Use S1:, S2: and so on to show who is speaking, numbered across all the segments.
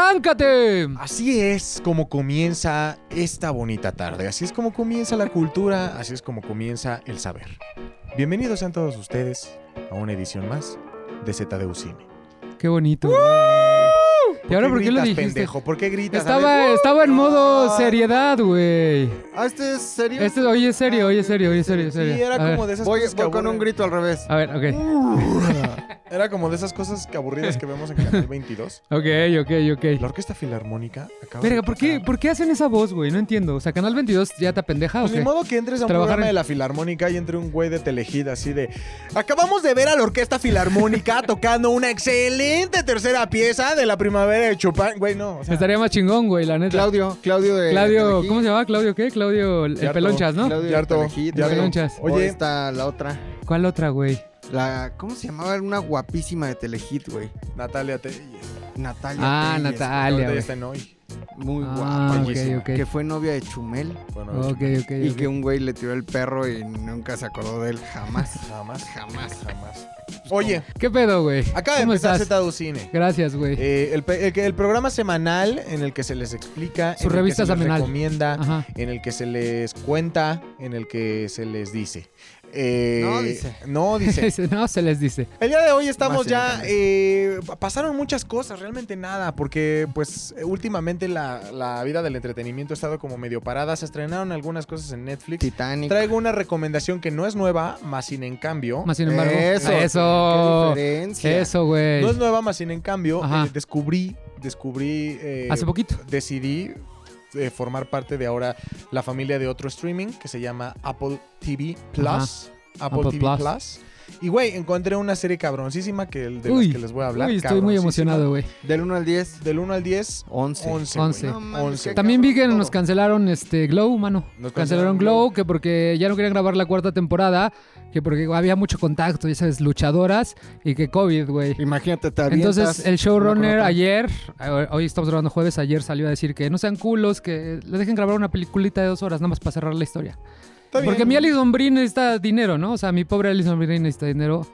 S1: ¡Arráncate!
S2: Así es como comienza esta bonita tarde, así es como comienza la cultura, así es como comienza el saber. Bienvenidos sean todos ustedes a una edición más de ZDU Cine.
S1: Qué bonito. ¿Y ahora por qué lo
S2: gritas,
S1: dijiste?
S2: pendejo? ¿Por qué gritas? A ver, uh,
S1: Estaba, estaba en modo
S2: Ah.
S1: seriedad, güey.
S3: ¿Ah, este es serio?
S1: Este, oye, es serio, oye, es serio, oye, es serio, es serio.
S2: Sí, era
S1: A ver,
S2: como de esas
S3: voy
S2: cosas que
S3: voy con
S2: aburren.
S3: un grito al revés.
S1: A ver, ok.
S2: Era como de esas cosas que aburridas que vemos en Canal 22.
S1: Ok, ok,
S2: La
S1: ok.
S2: Orquesta Filarmónica acaba
S1: Verga,
S2: de
S1: ¿por qué,
S2: pasar.
S1: ¿por qué hacen esa voz, güey? No entiendo. O sea, Canal 22 ya te pendeja o
S2: Pues ni
S1: qué?
S2: modo que entres a un
S1: Ah, Trabajar
S2: programa
S1: en-
S2: de la Filarmónica y entre un güey de Telehit así de Acabamos de ver a la Orquesta Filarmónica tocando una excelente tercera pieza de la primavera de Chopin. Güey, no, o sea,
S1: Estaría más chingón, güey, la neta.
S3: Claudio, Claudio de.
S1: Claudio,
S3: de
S1: ¿cómo se llama? Claudio, ¿qué? Claudio, el
S2: Yarto.
S1: pelonchas, ¿no?
S3: Claudio
S2: Ya harto,
S3: de
S2: ya
S3: Telehit, güey.
S1: harto. Pelonchas.
S3: O
S2: Oye.
S3: esta, la otra.
S1: ¿Cuál otra, güey?
S3: La, ¿Cómo se llamaba? Era Una guapísima de Telehit, güey.
S2: Natalia Telles.
S3: Natalia.
S1: Ah,
S2: este,
S3: Telles,
S1: Natalia,
S2: Ahorita ya
S1: Pues, güey.
S2: está en hoy.
S3: Muy
S1: Ah,
S3: guapa.
S1: ok,
S2: guapísima.
S1: ok.
S3: Que fue novia de Chumel.
S2: Bueno, de
S1: Ok,
S2: hecho,
S1: ok,
S3: Y
S1: ok.
S3: que un güey le tiró el perro y nunca se acordó de él. Jamás.
S2: pues, nada más.
S3: Jamás.
S2: Jamás. Oye,
S1: ¿Qué pedo, güey?
S2: acaba de
S1: Pues, ¿Cómo
S2: empezar
S1: estás?
S2: ZDU Cine.
S1: Gracias, güey.
S2: Eh, el, pe- el que- el programa semanal en el que se les explica,
S1: Su
S2: en el que
S1: revista
S2: se les
S1: semanal.
S2: recomienda,
S1: Ajá.
S2: en el que se les cuenta, en el que se les dice. Eh,
S3: No dice.
S2: No dice.
S1: no, se les dice.
S2: El día de hoy estamos
S3: Más
S2: ya. eh, pasaron muchas cosas, realmente nada, porque pues eh, últimamente la, la vida del entretenimiento ha estado como medio parada. Se estrenaron algunas cosas en Netflix.
S3: Titanic.
S2: Traigo una recomendación que no es nueva, más sin en cambio.
S1: Más sin embargo.
S3: Eso.
S1: Eso.
S3: Qué diferencia.
S1: Eso, güey.
S2: No es nueva, más sin en cambio.
S1: Ajá.
S2: eh, descubrí, descubrí. eh,
S1: Hace poquito.
S2: decidí eh, formar parte de ahora la familia de otro streaming que se llama Apple TV Plus. Apple,
S1: Apple
S2: TV
S1: Plus.
S2: Plus. Y güey, encontré una serie cabroncísima que el de
S1: Uy,
S2: las que les voy a hablar.
S1: Uy, estoy muy
S2: cabroncísima.
S1: emocionado, güey.
S3: Del 1 al 10,
S2: Del 1 al 10,
S3: 11.
S2: 11.
S1: Once.
S2: güey.
S3: No mames,
S2: 11.
S3: qué
S1: También vi que
S3: cabrón
S1: nos
S3: todo.
S1: cancelaron este Glow, mano.
S2: Nos
S1: cancelaron
S2: cancelaron
S1: Glow,
S2: Glow.
S1: que porque ya no querían grabar la cuarta temporada, que porque había mucho contacto, ya sabes, luchadoras y que COVID, güey.
S3: Imagínate, te
S1: Entonces,
S3: avientas
S1: el
S3: uno con
S1: showrunner
S3: otro.
S1: ayer, eh, hoy estamos grabando jueves, ayer salió a decir que no sean culos, que le dejen grabar una peliculita de dos horas, nada más para cerrar la historia.
S2: Está bien.
S1: Porque mi Alison Brie necesita dinero, ¿no? O sea, mi pobre Alison Brie necesita dinero.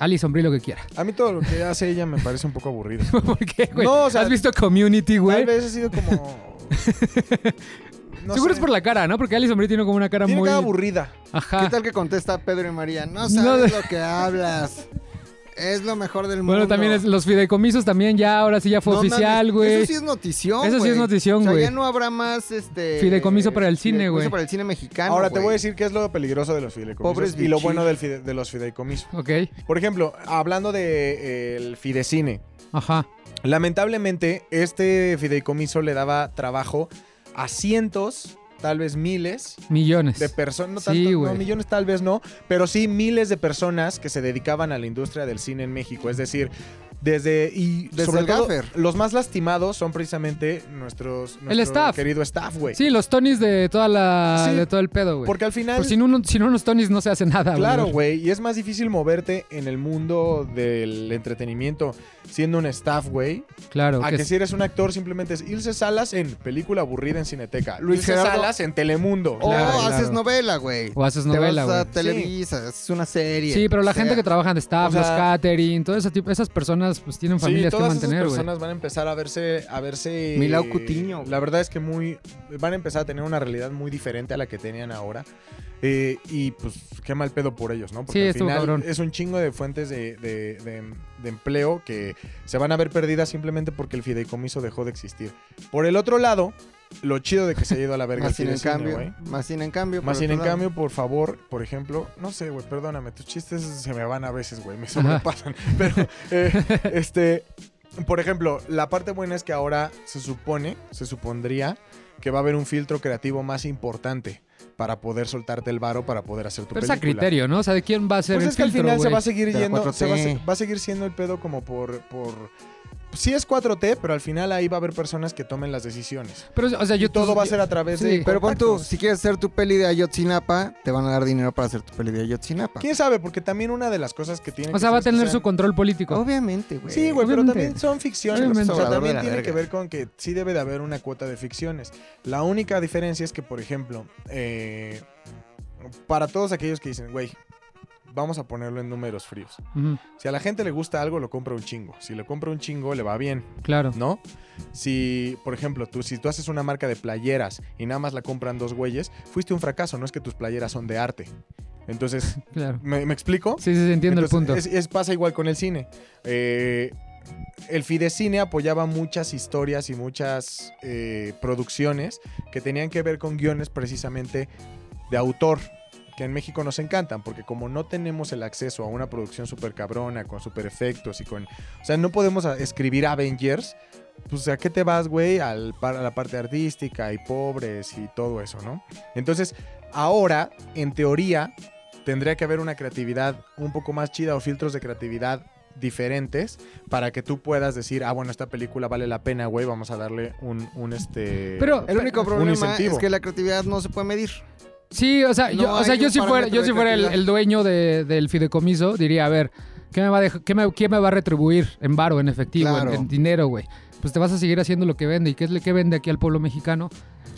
S1: Alison Brie lo que quiera.
S2: A mí todo lo que hace ella me parece un poco aburrido.
S1: ¿Por qué, güey?
S2: No, o sea,
S1: ¿Has visto Community,
S2: Tal
S1: güey?
S2: vez ha sido como. no
S1: Seguro
S2: sé.
S1: es por la cara, ¿no? Porque Alison Brie tiene como una cara
S2: Tiene
S1: muy...
S2: cara aburrida.
S1: Ajá.
S3: ¿Qué tal que contesta Pedro y María? No
S1: Ah. No,
S3: sabes
S1: de-
S3: lo que hablas. Es lo mejor del mundo.
S1: Bueno, también es- los fideicomisos también ya, ahora sí ya fue
S3: No
S1: oficial,
S3: mames,
S1: güey.
S3: Eso sí es notición,
S1: Eso sí
S3: güey.
S1: es notición,
S3: O sea,
S1: güey.
S3: ya no habrá más este
S1: Fideicomiso para el cine, güey.
S3: Fideicomiso para el cine
S1: Ah,
S3: mexicano.
S2: Ahora te voy a
S3: güey.
S2: decir qué es lo peligroso de los fideicomisos.
S3: Pobres
S2: y lo
S3: bichir.
S2: bueno del fide- de los fideicomisos.
S1: Ok,
S2: Por ejemplo, hablando del de, eh, el Fidecine,
S1: ajá.
S2: lamentablemente este fideicomiso le daba trabajo a cientos, tal vez miles
S1: Millones.
S2: de personas, no,
S1: Sí,
S2: tanto- no,
S1: güey.
S2: millones tal vez no, pero sí miles de personas que se dedicaban a la industria del cine en México, es decir, desde y
S3: Desde
S2: sobre
S3: el
S2: todo
S3: gaffer.
S2: los más lastimados son precisamente nuestros nuestro
S1: staff.
S2: querido staff, güey.
S1: Sí, los Tonys de toda la...
S2: Sí,
S1: de todo el pedo, güey.
S2: Porque al final
S1: Pues sin, uno- sin unos Tonys no se hace nada,
S2: Claro, güey, y es más difícil moverte en el mundo del entretenimiento siendo un staff, güey,
S1: Claro,
S2: a
S1: que
S2: que
S1: es-
S2: si eres un actor simplemente es Ilse Salas en película aburrida en Cineteca,
S3: Luis
S2: Ilse
S3: Gerardo-
S2: Salas en Telemundo.
S3: O
S1: Claro,
S3: haces
S1: claro.
S3: novela, güey.
S1: O haces
S3: Te
S1: novela,
S3: vas a
S1: güey.
S3: Televisa, haces una serie.
S1: Sí, pero la
S3: o sea,
S1: gente que trabaja en staff,
S2: o sea-
S1: los catering, todo ese tipo, esas personas pues tienen
S2: Oh, Sí,
S1: familias que
S2: todas
S1: mantener,
S2: esas
S1: güey.
S2: personas van a empezar a verse, a verse.
S3: Milau Cutiño, güey.
S2: La verdad es que muy, van a empezar a tener una realidad muy diferente a la que tenían ahora. Eh, y pues qué mal pedo por ellos, ¿no? Porque
S1: Sí,
S2: al
S1: estuvo
S2: final
S1: cabrón.
S2: es un chingo de fuentes de, de- de- de empleo que se van a ver perdidas simplemente porque el fideicomiso dejó de existir. Por el otro lado, lo chido de que se ha ido a la verga
S3: más
S2: el
S3: sin en
S2: cine,
S3: cambio,
S2: güey.
S3: más sin en cambio.
S2: Más
S3: por
S2: sin en
S3: otro lado.
S2: cambio, por favor, por ejemplo, no sé, güey, perdóname, tus chistes se me van a veces, güey, me sobrepasan. Pero, eh, este, por ejemplo, la parte buena es que ahora se supone, se supondría que va a haber un filtro creativo más importante para poder soltarte el varo, para poder hacer tu
S1: Pero es a
S2: película.
S1: criterio, ¿no? O sea, ¿de quién va a ser
S2: Pues
S1: el
S2: es que al
S1: filtro,
S2: final se
S1: güey?
S2: va a seguir
S3: De la
S2: yendo,
S3: 4T.
S2: se va, a, se- va a seguir siendo el pedo como por, por, sí es 4T, pero al final ahí va a haber personas que tomen las decisiones.
S1: Pero, o sea, yo
S2: Y todo va a ser a través
S1: sí.
S2: de
S3: Pero pon tú,
S2: contactos.
S3: si quieres hacer tu peli de Ayotzinapa, te van a dar dinero para hacer tu peli de Ayotzinapa.
S2: ¿Quién sabe? Porque también una de las cosas que tiene
S1: O sea, va a tener su control político.
S3: Obviamente, güey.
S2: Sí, güey, pero
S1: Obviamente.
S2: también son ficciones.
S1: Obviamente.
S2: O sea,
S3: Obrador de
S2: también
S3: la
S2: tiene que
S3: verga.
S2: ver con que sí debe de haber una cuota de ficciones. La única diferencia es que, por ejemplo, eh, para todos aquellos que dicen, güey, vamos a ponerlo en números fríos.
S3: Oh.
S1: Ujú,
S2: Si a la gente le gusta algo, lo compra un chingo. Si le compra un chingo, le va bien,
S1: claro.
S2: ¿no? si, por ejemplo, tú, si tú haces una marca de playeras y nada más la compran dos güeyes, fuiste un fracaso, no es que tus playeras son de arte. Entonces,
S1: Claro.
S2: ¿me, me explico?
S1: Sí, sí, sí, entiendo
S2: Entonces,
S1: el punto.
S2: es- es- pasa igual con el cine. Eh, el Fidecine apoyaba muchas historias y muchas eh, producciones que tenían que ver con guiones precisamente de autor, que en México nos encantan, porque como no tenemos el acceso a una producción súper cabrona, con super efectos y con... O sea, no podemos a- escribir Avengers, pues ¿a qué te vas, güey? Al par- A la parte artística y pobres y todo eso, ¿no? Entonces, ahora, en teoría, tendría que haber una creatividad un poco más chida o filtros de creatividad diferentes para que tú puedas decir, ah, bueno, esta película vale la pena, güey, vamos a darle un, un este...
S1: Pero-
S3: El único
S2: Un
S3: problema
S2: incentivo.
S3: es que la creatividad no se puede medir.
S1: Sí, o sea,
S3: No
S1: yo, o sea,
S3: hay
S1: yo
S3: un
S1: si fuera, yo
S3: parámetro
S1: si
S3: de
S1: fuera el,
S3: calidad.
S1: el dueño de- del fideicomiso, diría, a ver, ¿qué me va a, dej- qué me, qué me va a retribuir en varo, en efectivo, en-
S3: Claro.
S1: en, dinero, güey? Pues te vas a seguir haciendo lo que vende. ¿Y qué es lo que vende aquí al pueblo mexicano?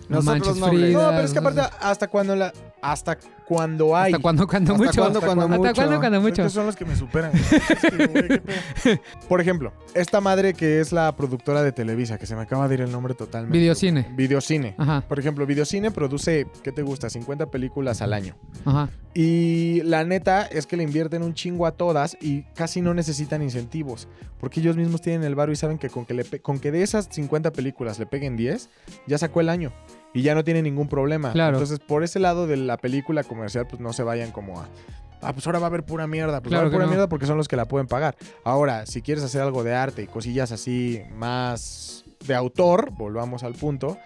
S1: No
S3: Nosotros
S1: manches
S3: no hablemos.
S1: Frida,
S2: No, pero es que aparte,
S1: ¿Hasta
S2: hasta cuando la. Hasta cuando hay.
S1: cuándo, cuando
S3: ¿Hasta
S1: mucho?
S3: cuándo, cuando
S1: ¿Hasta
S3: mucho?
S1: cuándo, cuando mucho?
S2: Pues Estos son los que me superan. Es que, güey, qué pedo. Por ejemplo, esta madre que es la productora de Televisa, que se me acaba de ir el nombre totalmente.
S1: Videocine.
S2: Videocine.
S1: Ajá,
S2: Por ejemplo, Videocine produce, ¿qué te gusta? 50 películas al año.
S1: ajá.
S2: Y la neta es que le invierten un chingo a todas y casi no necesitan incentivos. Porque ellos mismos tienen el varo y saben que con que, le pe- con que de esas 50 películas le peguen 10, ya sacó el año. Y ya no tiene ningún problema.
S1: Claro.
S2: Entonces, por ese lado de la película comercial, pues no se vayan como a. Ah, pues ahora va a haber pura mierda. Pues
S1: Claro
S2: va a haber
S1: que
S2: pura
S1: no.
S2: mierda porque son los que la pueden pagar. Ahora, si quieres hacer algo de arte y cosillas así más de autor, volvamos al punto,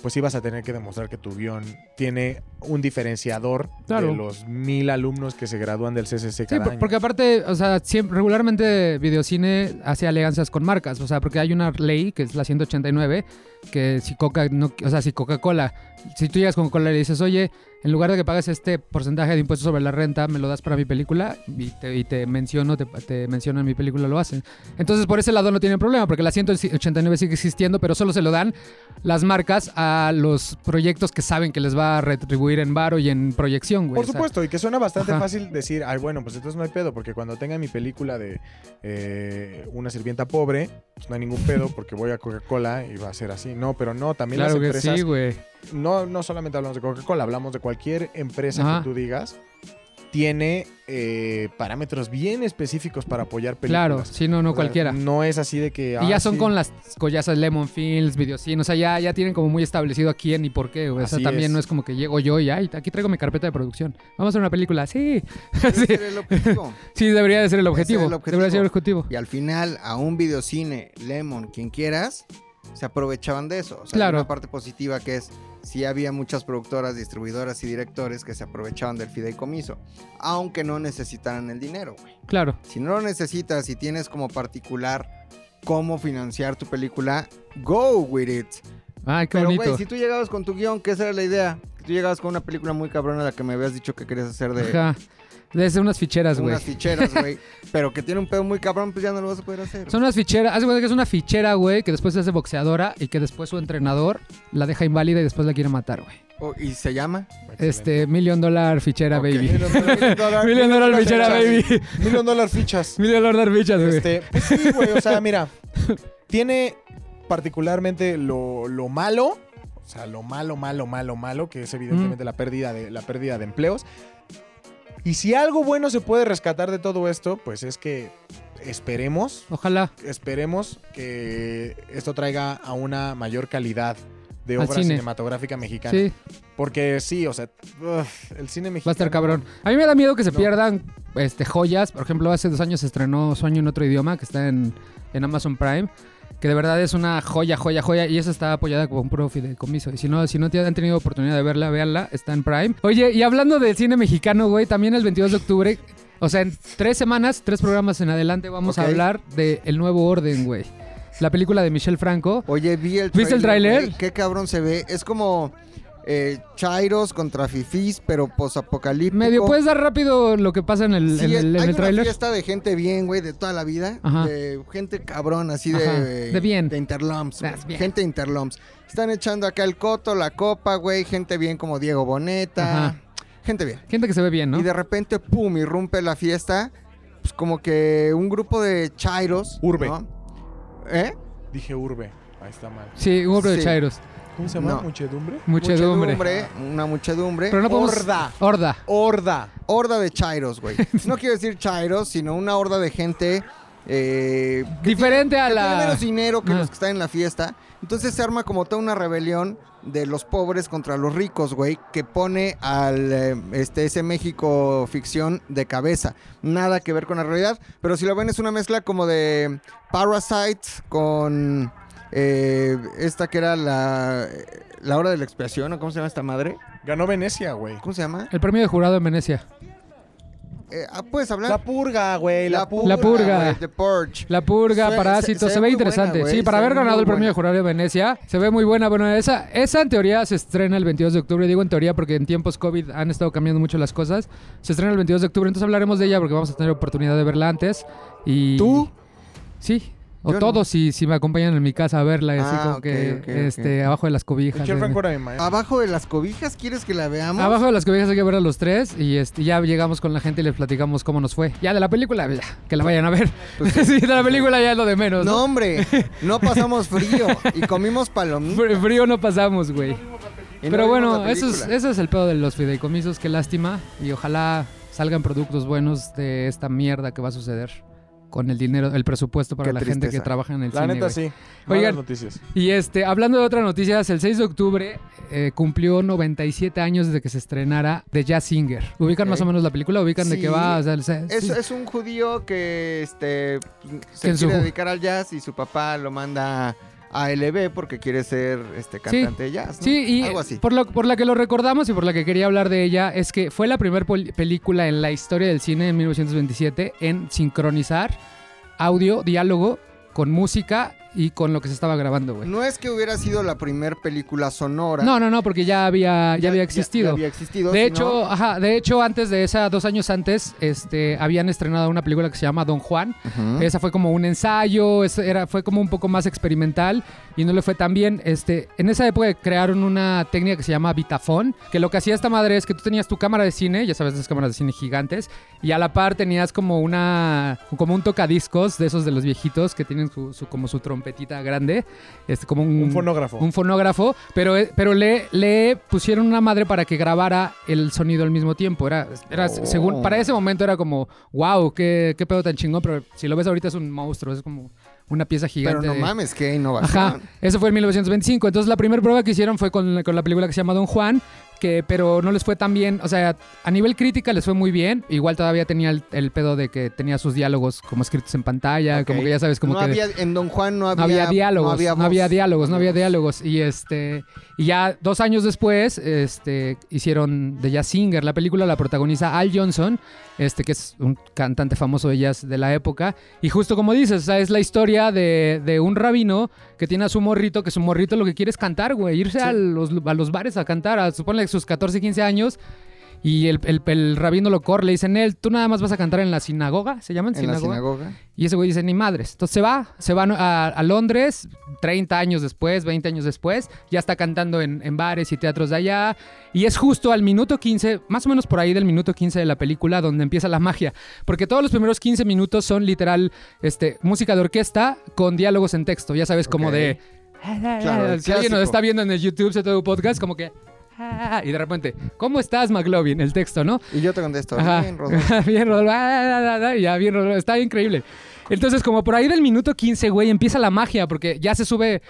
S2: pues sí vas a tener que demostrar que tu guión tiene un diferenciador
S1: Claro.
S2: de los mil alumnos que se gradúan del CCC
S1: Sí,
S2: cada
S1: por-
S2: año.
S1: porque aparte, o sea, siempre, regularmente Videocine hace alianzas con marcas, o sea, porque hay una ley que es la 189 que si Coca, no, o sea, si Coca-Cola, si tú llegas con Coca-Cola y le dices, oye, en lugar de que pagues este porcentaje de impuestos sobre la renta, me lo das para mi película y te, y te menciono, te, te menciono en mi película, lo hacen. Entonces, por ese lado no tienen problema, porque la 189 sigue existiendo, pero solo se lo dan las marcas a los proyectos que saben que les va a retribuir en varo y en proyección, güey.
S2: Por
S1: o sea,
S2: supuesto, y que suena bastante
S1: Ajá.
S2: fácil decir, ay, bueno, pues entonces no hay pedo, porque cuando tenga mi película de eh, una sirvienta pobre, pues no hay ningún pedo porque voy a Coca-Cola y va a ser así. No, pero no, también
S1: claro
S2: las
S1: que
S2: empresas
S1: sí, güey.
S2: no, no solamente hablamos de Coca-Cola, hablamos de cualquier empresa
S1: Ajá.
S2: que tú digas, tiene eh, parámetros bien específicos para apoyar
S1: Claro,
S2: películas.
S1: sí, no, no
S2: O sea,
S1: cualquiera.
S2: No es así de que.
S1: y
S2: ah,
S1: ya son
S2: sí,
S1: con las collazas Lemon Films, Videocine, o sea, ya, ya tienen como muy establecido a quién y por qué. güey. O sea,
S2: Así
S1: también
S2: es.
S1: no es como que llego yo y ay, aquí traigo mi carpeta de producción. Vamos a hacer una película. Sí, sí,
S3: Ese era el objetivo.
S1: sí, debería de ser el objetivo.
S3: el objetivo.
S1: Debería ser el objetivo.
S3: Y al final, a un videocine, Lemon, quien quieras, se aprovechaban de eso. O sea,
S1: Claro.
S3: hay una parte positiva que es, sí había muchas productoras, distribuidoras y directores que se aprovechaban del fideicomiso, aunque no necesitaran el dinero, güey.
S1: Claro,
S3: Si no lo necesitas y tienes como particular cómo financiar tu película, go with it.
S1: ay, qué
S3: Pero,
S1: bonito.
S3: güey, si tú llegabas con tu guión, que esa era la idea, que tú llegabas con una película muy cabrona, la que me habías dicho que querías hacer de...
S1: Ajá. Debe ser unas ficheras, güey.
S3: Unas ficheras, güey. pero que tiene un pedo muy cabrón, pues ya no lo vas a poder hacer.
S1: Son unas ficheras, haz de cuenta que es una fichera, güey, que después se hace boxeadora y que después su entrenador la deja inválida y después la quiere matar, güey.
S3: O- y se llama.
S2: excelente.
S1: Este, Million Dollar Fichera
S3: Ok.
S1: Baby.
S2: pues,
S1: Million
S2: Million
S1: Dollar
S2: dollar
S1: Fichera Baby.
S2: fichas. Million dollar fichas.
S1: Million Dollar Fichas, güey.
S2: Este, pues sí, güey, o sea, mira, tiene particularmente lo, lo malo, o sea, lo malo, malo, malo, malo, que es evidentemente la, pérdida de, la pérdida de empleos. Y si algo bueno se puede rescatar de todo esto, pues es que esperemos,
S1: Ojalá.
S2: esperemos que esto traiga a una mayor calidad de
S1: Al
S2: obra
S1: cine.
S2: cinematográfica mexicana.
S1: Sí.
S2: Porque sí, o sea, uf, el cine
S1: Va
S2: mexicano...
S1: a estar cabrón. A mí me da miedo que se
S2: No.
S1: pierdan este, joyas. Por ejemplo, hace dos años se estrenó Sueño en otro idioma, que está en, en Amazon Prime, que de verdad es una joya, joya, joya. Y eso está apoyada con un pro fideicomiso. Y si no, si no te han tenido oportunidad de verla, véanla. Está en Prime. Oye, y hablando del cine mexicano, güey, también el 22 de octubre, o sea, en tres semanas, tres programas en adelante, vamos a
S3: Ok.
S1: hablar de El Nuevo Orden, güey. La película de Michelle Franco.
S3: Oye, vi el
S1: ¿Viste el tráiler?
S3: güey, Qué cabrón se ve. Es como eh, Chairos contra Fifis, pero posapocalíptico.
S1: Medio, ¿puedes dar rápido lo que pasa en el,
S3: Sí,
S1: en el, en
S3: hay
S1: el
S3: una
S1: tráiler?
S3: fiesta de gente bien, güey, de toda la vida.
S1: Ajá.
S3: De gente cabrón, así de...
S1: Ajá, de
S3: De
S1: bien.
S3: De interlumps. güey,
S1: Das bien.
S3: Gente de interlumps. Están echando acá el coto, la copa, güey. Gente bien como Diego Boneta.
S1: Ajá.
S3: Gente bien.
S1: Gente que se ve bien, ¿no?
S3: Y de repente, pum, irrumpe la fiesta. Pues como que un grupo de Chairos.
S2: Urbe.
S3: ¿no? ¿Eh?
S2: Dije urbe. Ahí está mal.
S1: Sí, un grupo de
S3: Sí.
S1: chairos.
S2: ¿Cómo se llama?
S3: No.
S2: ¿Muchedumbre?
S1: Muchedumbre.
S3: Una muchedumbre.
S1: Pero no podemos-
S3: Horda.
S1: Horda.
S2: Horda.
S3: Horda de chairos, güey. No quiero decir chairos, sino una horda de gente eh,
S1: Diferente a
S3: que tiene
S1: la.
S3: menos dinero que
S1: Ah.
S3: los que están en la fiesta. Entonces se arma como toda una rebelión de los pobres contra los ricos, güey, que pone al eh, este ese México ficción de cabeza. Nada que ver con la realidad, pero si lo ven es una mezcla como de Parasite con eh, esta que era la la hora de la expiación, ¿o cómo se llama esta madre?
S2: Ganó Venecia, güey.
S3: ¿Cómo se llama?
S1: El premio de jurado en Venecia.
S3: Eh, ah, ¿Puedes hablar?
S2: La purga, güey. La, purga.
S1: La purga.
S3: güey, The Purge.
S1: La purga,
S3: Se-
S1: Parásitos, se,
S3: se- se
S1: ve
S3: ve muy
S1: interesante.
S3: buena, güey,
S1: sí, para
S3: se
S1: haber
S3: ve muy
S1: ganado el premio
S3: buena.
S1: de jurado de Venecia, se ve muy buena. Bueno, esa, esa en teoría se estrena el 22 de octubre. Digo en teoría porque en tiempos COVID han estado cambiando mucho las cosas. Se estrena el 22 de octubre, entonces hablaremos de ella porque vamos a tener oportunidad de verla antes. Y...
S3: ¿Tú?
S1: Sí. O
S3: Yo no.
S1: todos si, si me acompañan en mi casa a verla, así
S3: Ah,
S1: como
S3: ok,
S1: que
S3: ok, ok.
S1: este, abajo de las cobijas.
S2: Eché el
S1: eh,
S2: rencor a mi maestra.
S3: Abajo de las cobijas, ¿quieres que la veamos?
S1: Abajo de las cobijas hay que ver a los tres y este, ya llegamos con la gente y les platicamos cómo nos fue. Ya de la película, ya, que la vayan a ver.
S3: Pues
S1: sí, de la película ya es lo de menos.
S3: No, hombre, no pasamos frío y comimos palomitas.
S1: Fr- Frío no pasamos, güey.
S3: y no
S1: Pero
S3: vimos
S1: bueno,
S3: la
S1: eso es,
S3: película.
S1: eso es el pedo de los fideicomisos, qué lástima. Y ojalá salgan productos buenos de esta mierda que va a suceder con el dinero, el presupuesto para
S3: Qué
S1: la gente que
S3: tristeza.
S1: trabaja en el
S2: La
S1: cine.
S2: neta,
S1: güey.
S2: sí.
S1: Oigan.
S2: Oigan. noticias.
S1: Y este, hablando de otras noticias, el 6 de octubre eh, cumplió 97 años desde que se estrenara The Jazz Singer. ¿Ubican
S3: Ok.
S1: más o menos la película? ¿Ubican de
S3: Sí.
S1: qué va? O sea, el- se- sí.
S3: Es, es un judío que este,
S1: Que
S3: se
S1: en su
S3: quiere
S1: ju-
S3: dedicar al jazz y su papá lo manda a LB porque quiere ser este cantante de jazz. ¿no?
S1: Sí, y
S3: Algo así.
S1: Por, lo, por la que lo recordamos y por la que quería hablar de ella es que fue la primera película en la historia del cine en 1927 en sincronizar audio, diálogo con música y con lo que se estaba grabando, güey.
S3: No es que hubiera sido la primer película sonora.
S1: No, no, no, porque ya había, ya, había existido.
S3: ya había existido.
S1: de
S3: sino-
S1: hecho, ajá, de hecho, antes de esa, dos años antes, este, habían estrenado una película que se llama Don Juan,
S3: Ujú.
S1: esa fue como un ensayo, esa era, fue como un poco más experimental y no le fue tan bien. Este, en esa época crearon una técnica que se llama Vitafón, que lo que hacía esta madre es que tú tenías tu cámara de cine, ya sabes, esas cámaras de cine gigantes, y a la par tenías como una como un tocadiscos de esos de los viejitos que tienen su, su- como su trompetita grande, este, como un,
S2: Un fonógrafo.
S1: un fonógrafo, pero, eh, pero le, le pusieron una madre para que grabara el sonido al mismo tiempo. Era, era
S3: Oh.
S1: según, para ese momento era como, wow, qué, qué pedo tan chingón, pero si lo ves ahorita es un monstruo, es como una pieza gigante.
S3: Pero no
S1: de-
S3: mames, qué innovación.
S1: Ajá, eso fue en 1925. Entonces la primera prueba que hicieron fue con, con la película que se llama Don Juan, que pero no les fue tan bien, o sea, a nivel crítica les fue muy bien, igual todavía tenía el, el pedo de que tenía sus diálogos como escritos en pantalla,
S3: Ok.
S1: como que ya sabes, como
S3: no
S1: que...
S3: había, en Don Juan no había,
S1: No había diálogos, no había,
S3: voz.
S1: diálogos, no había diálogos. Y este, y ya dos años después, este, hicieron The Jazz Singer. La película la protagoniza Al Johnson, este, que es un cantante famoso de jazz de la época. Y justo como dices, o sea, es la historia de, de un rabino que tiene a su morrito, que su morrito lo que quiere es cantar, güey, irse a, los, a los bares a cantar, a, suponle que sus 14, 15 años. Y el, el, el rabino lo corre, le dicen, él, tú nada más vas a cantar en la sinagoga, ¿se llaman?
S3: En la sinagoga.
S1: Y ese güey dice, ni madres. Entonces se va, se va a, a Londres 30 años después, 20 años después, ya está cantando en, en bares y teatros de allá. Y es justo al minuto 15, más o menos por ahí del minuto 15 de la película, donde empieza la magia. Porque todos los primeros 15 minutos son literal este, música de orquesta con diálogos en texto. Ya sabes, como
S3: Ok.
S1: de... "Ah,
S3: Claro, el
S1: si alguien nos
S3: clásico.
S1: está viendo en el YouTube, se todo podcast, como que... "Ah", Y de repente, ¿cómo estás, McLovin? El texto, ¿no?
S3: Y yo te contesto,
S1: Ajá.
S3: bien, Rodolfo.
S1: bien, Rodolfo. Ah, da, da, da, ya, bien, Rodolfo. Está increíble. Entonces, como por ahí del minuto 15, güey, empieza la magia, porque ya se sube.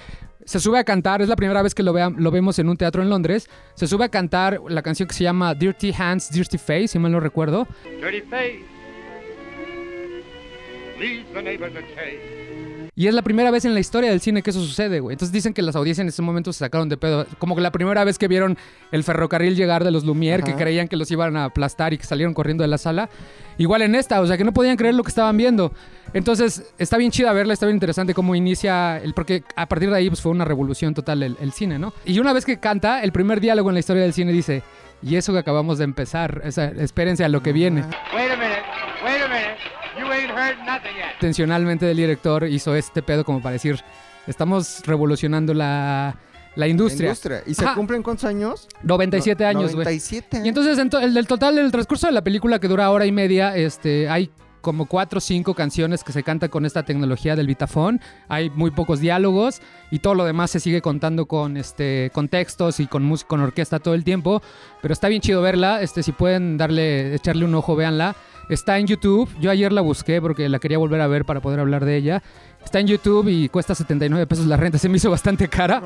S1: Se sube a cantar, es la primera vez que lo, vea- lo vemos en un teatro en Londres. Se sube a cantar la canción que se llama Dirty Hands, Dirty Face, si mal no recuerdo.
S4: Dirty face leads the neighbors a chase.
S1: Y es la primera vez en la historia del cine que eso sucede, güey. Entonces dicen que las audiencias en ese momento se sacaron de pedo. Como que la primera vez que vieron el ferrocarril llegar de los Lumière, que
S3: Ajá.
S1: creían que los iban a aplastar y que salieron corriendo de la sala. Igual en esta, o sea, que no podían creer lo que estaban viendo. Entonces, está bien chida verla, está bien interesante cómo inicia el... Porque a partir de ahí, pues, fue una revolución total el, el cine, ¿no? Y una vez que canta, el primer diálogo en la historia del cine dice... Y eso que acabamos de empezar, o sea, espérense a lo que viene.
S4: Wait a minute, wait a minute. You ain't heard nothing yet.
S1: intencionalmente del director hizo este pedo como para decir, estamos revolucionando la, la industria.
S3: Industria. ¿Y se
S1: Ajá.
S3: cumplen cuántos años?
S1: 97
S3: No-
S1: años, güey.
S3: 97.
S1: Y entonces en to- el del total del transcurso de la película que dura hora y media, este, hay como cuatro o cinco canciones que se canta con esta tecnología del Vitafone. Hay muy pocos diálogos y todo lo demás se sigue contando con, este, con textos y con, mus- con orquesta todo el tiempo. Pero está bien chido verla. Este, si pueden darle, echarle un ojo, véanla. Está en YouTube. Yo ayer la busqué porque la quería volver a ver para poder hablar de ella. Está en YouTube y cuesta 79 pesos la renta. Se me hizo bastante cara.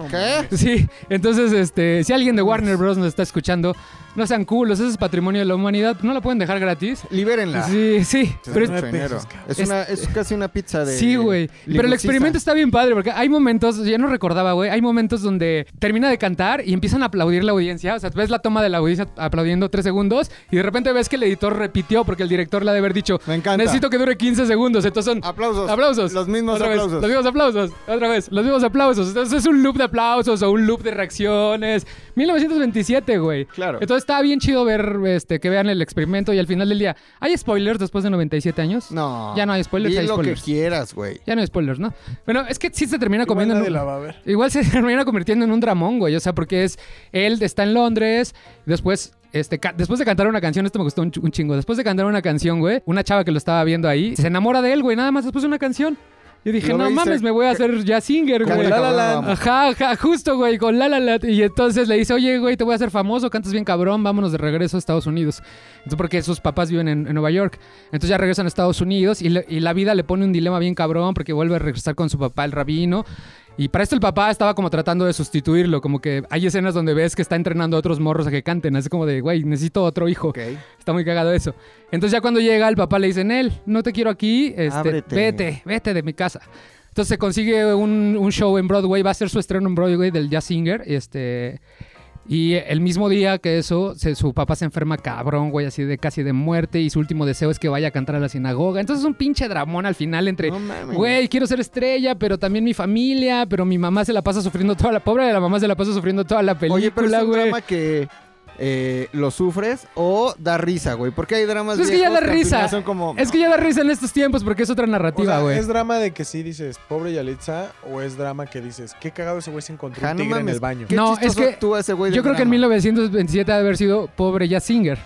S3: ¿Qué?
S1: Sí, entonces, este, si alguien de
S3: Pues
S1: Warner Bros. nos está escuchando, no sean culos, eso es patrimonio de la humanidad, no la pueden dejar gratis.
S3: Libérenla. Este
S1: Sí, sí, pero es-
S2: nueve pesos,
S3: Dinero.
S2: cabrón.
S3: Es,
S1: Es-
S3: una, es casi una pizza de.
S1: sí, güey. Pero el
S3: ligucista.
S1: experimento está bien padre, porque hay momentos, ya no recordaba, güey, hay momentos donde termina de cantar y empiezan a aplaudir la audiencia. O sea, ves la toma de la audiencia aplaudiendo tres segundos y de repente ves que el editor repitió porque el director le ha de haber dicho,
S3: Me encanta.
S1: necesito que dure 15 segundos, entonces son...
S3: Aplausos.
S1: Aplausos.
S3: Los mismos
S1: Otra vez,
S3: aplausos.
S1: los mismos aplausos. Otra vez. Los mismos aplausos. Entonces es un loop de aplausos o un loop de reacciones. 1927, güey.
S3: Claro.
S1: Entonces está bien chido ver este, que vean el experimento y al final del día. ¿Hay spoilers después de 97 años?
S3: No.
S1: Ya no hay spoilers,
S3: Di
S1: hay
S3: lo que
S1: spoilers.
S3: quieras, güey.
S1: Ya no hay spoilers, ¿no? Bueno, es que sí se termina
S2: Igual
S1: comiendo. en
S2: nadie
S1: un-
S2: la va a ver.
S1: Igual se termina convirtiendo en un dramón, güey. O sea, porque es. Él está en Londres. Después. Este, ca- después de cantar una canción, esto me gustó un, ch- un chingo. Después de cantar una canción, güey, una chava que lo estaba viendo ahí, se enamora de él, güey, nada más después de una canción. Yo dije,
S3: Lo
S1: no
S3: veis,
S1: mames,
S3: eh,
S1: me voy a hacer ya singer,
S3: Como
S1: güey.
S3: La La Land.
S1: Ajá, ajá, justo, güey, con la la la. Y entonces le dice, oye, güey, te voy a hacer famoso, cantas bien cabrón, vámonos de regreso a Estados Unidos. Entonces, porque sus papás viven en, en Nueva York. Entonces ya regresan a Estados Unidos y, le- y la vida le pone un dilema bien cabrón porque vuelve a regresar con su papá, el rabino. Y para esto el papá estaba como tratando de sustituirlo, como que hay escenas donde ves que está entrenando a otros morros a que canten, así como de, güey, necesito otro hijo.
S3: Ok.
S1: Está muy cagado eso. Entonces ya cuando llega el papá le dicen, él, no te quiero aquí, este,
S3: Ábrete.
S1: vete, vete de mi casa. Entonces se consigue un, un show en Broadway, va a ser su estreno en Broadway del Jazz Singer, este... Y el mismo día que eso, se- su papá se enferma cabrón, güey, así de casi de muerte y su último deseo es que vaya a cantar a la sinagoga. Entonces es un pinche dramón al final entre,
S3: No mames.
S1: Güey, quiero ser estrella, pero también mi familia, pero mi mamá se la pasa sufriendo toda la pobre de la mamá se la pasa sufriendo toda la película,
S3: Oye, pero es un
S1: güey.
S3: drama que eh, lo sufres o da risa, güey. Porque hay dramas
S1: Pues Es que ya
S3: viejos
S1: da
S3: al
S1: risa.
S3: final son como...
S1: Es que ya da risa en estos tiempos porque es otra
S2: O sea,
S1: narrativa, güey.
S2: ¿Es drama de que sí dices pobre Yalitza o es drama que dices qué cagado ese güey se encontró
S3: Ja,
S2: un
S3: Ah, no
S2: tigre en
S3: mames,
S2: el baño?
S3: qué
S1: No,
S3: chistoso
S1: es que
S3: actúa ese güey
S1: Yo
S3: del
S1: creo que en
S3: drama.
S1: 1927 ha de haber sido pobre ya Singer.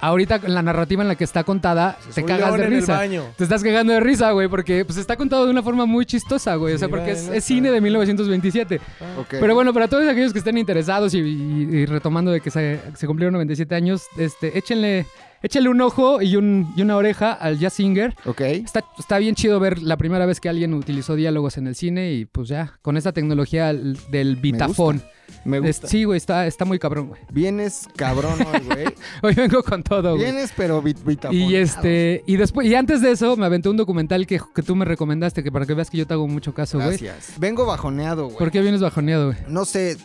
S1: Ahorita la narrativa en la que está contada
S2: Dices,
S1: te
S2: un
S1: cagas
S2: león
S1: de
S2: en el
S1: risa.
S2: baño.
S1: Te estás cagando de risa, güey, porque pues está contado de una forma muy chistosa, güey. O
S2: Sí,
S1: sea, porque
S2: vale,
S1: es,
S2: no
S1: es
S2: sé.
S1: cine de 1927.
S3: Ok.
S1: Pero bueno, para todos aquellos que estén interesados y, y- y retomando de que se, se cumplieron 97 años, este, échenle, échenle un ojo y, un, y una oreja al Jazz Singer.
S3: Ok.
S1: Está, está bien chido ver la primera vez que alguien utilizó diálogos en el cine y pues ya, con esta tecnología l- del vitafón.
S3: Me
S1: Es-
S3: gusta.
S1: Sí, güey, está, está muy cabrón, güey.
S3: Vienes cabrón hoy, güey.
S1: Hoy vengo con todo, güey.
S3: Vienes, pero bit,
S1: Y este, y después, y antes de eso, me aventé un documental que, que tú me recomendaste, que para que veas que yo te hago mucho caso, güey.
S3: Gracias. Vengo bajoneado, güey.
S1: ¿Por qué vienes bajoneado, güey?
S3: No sé,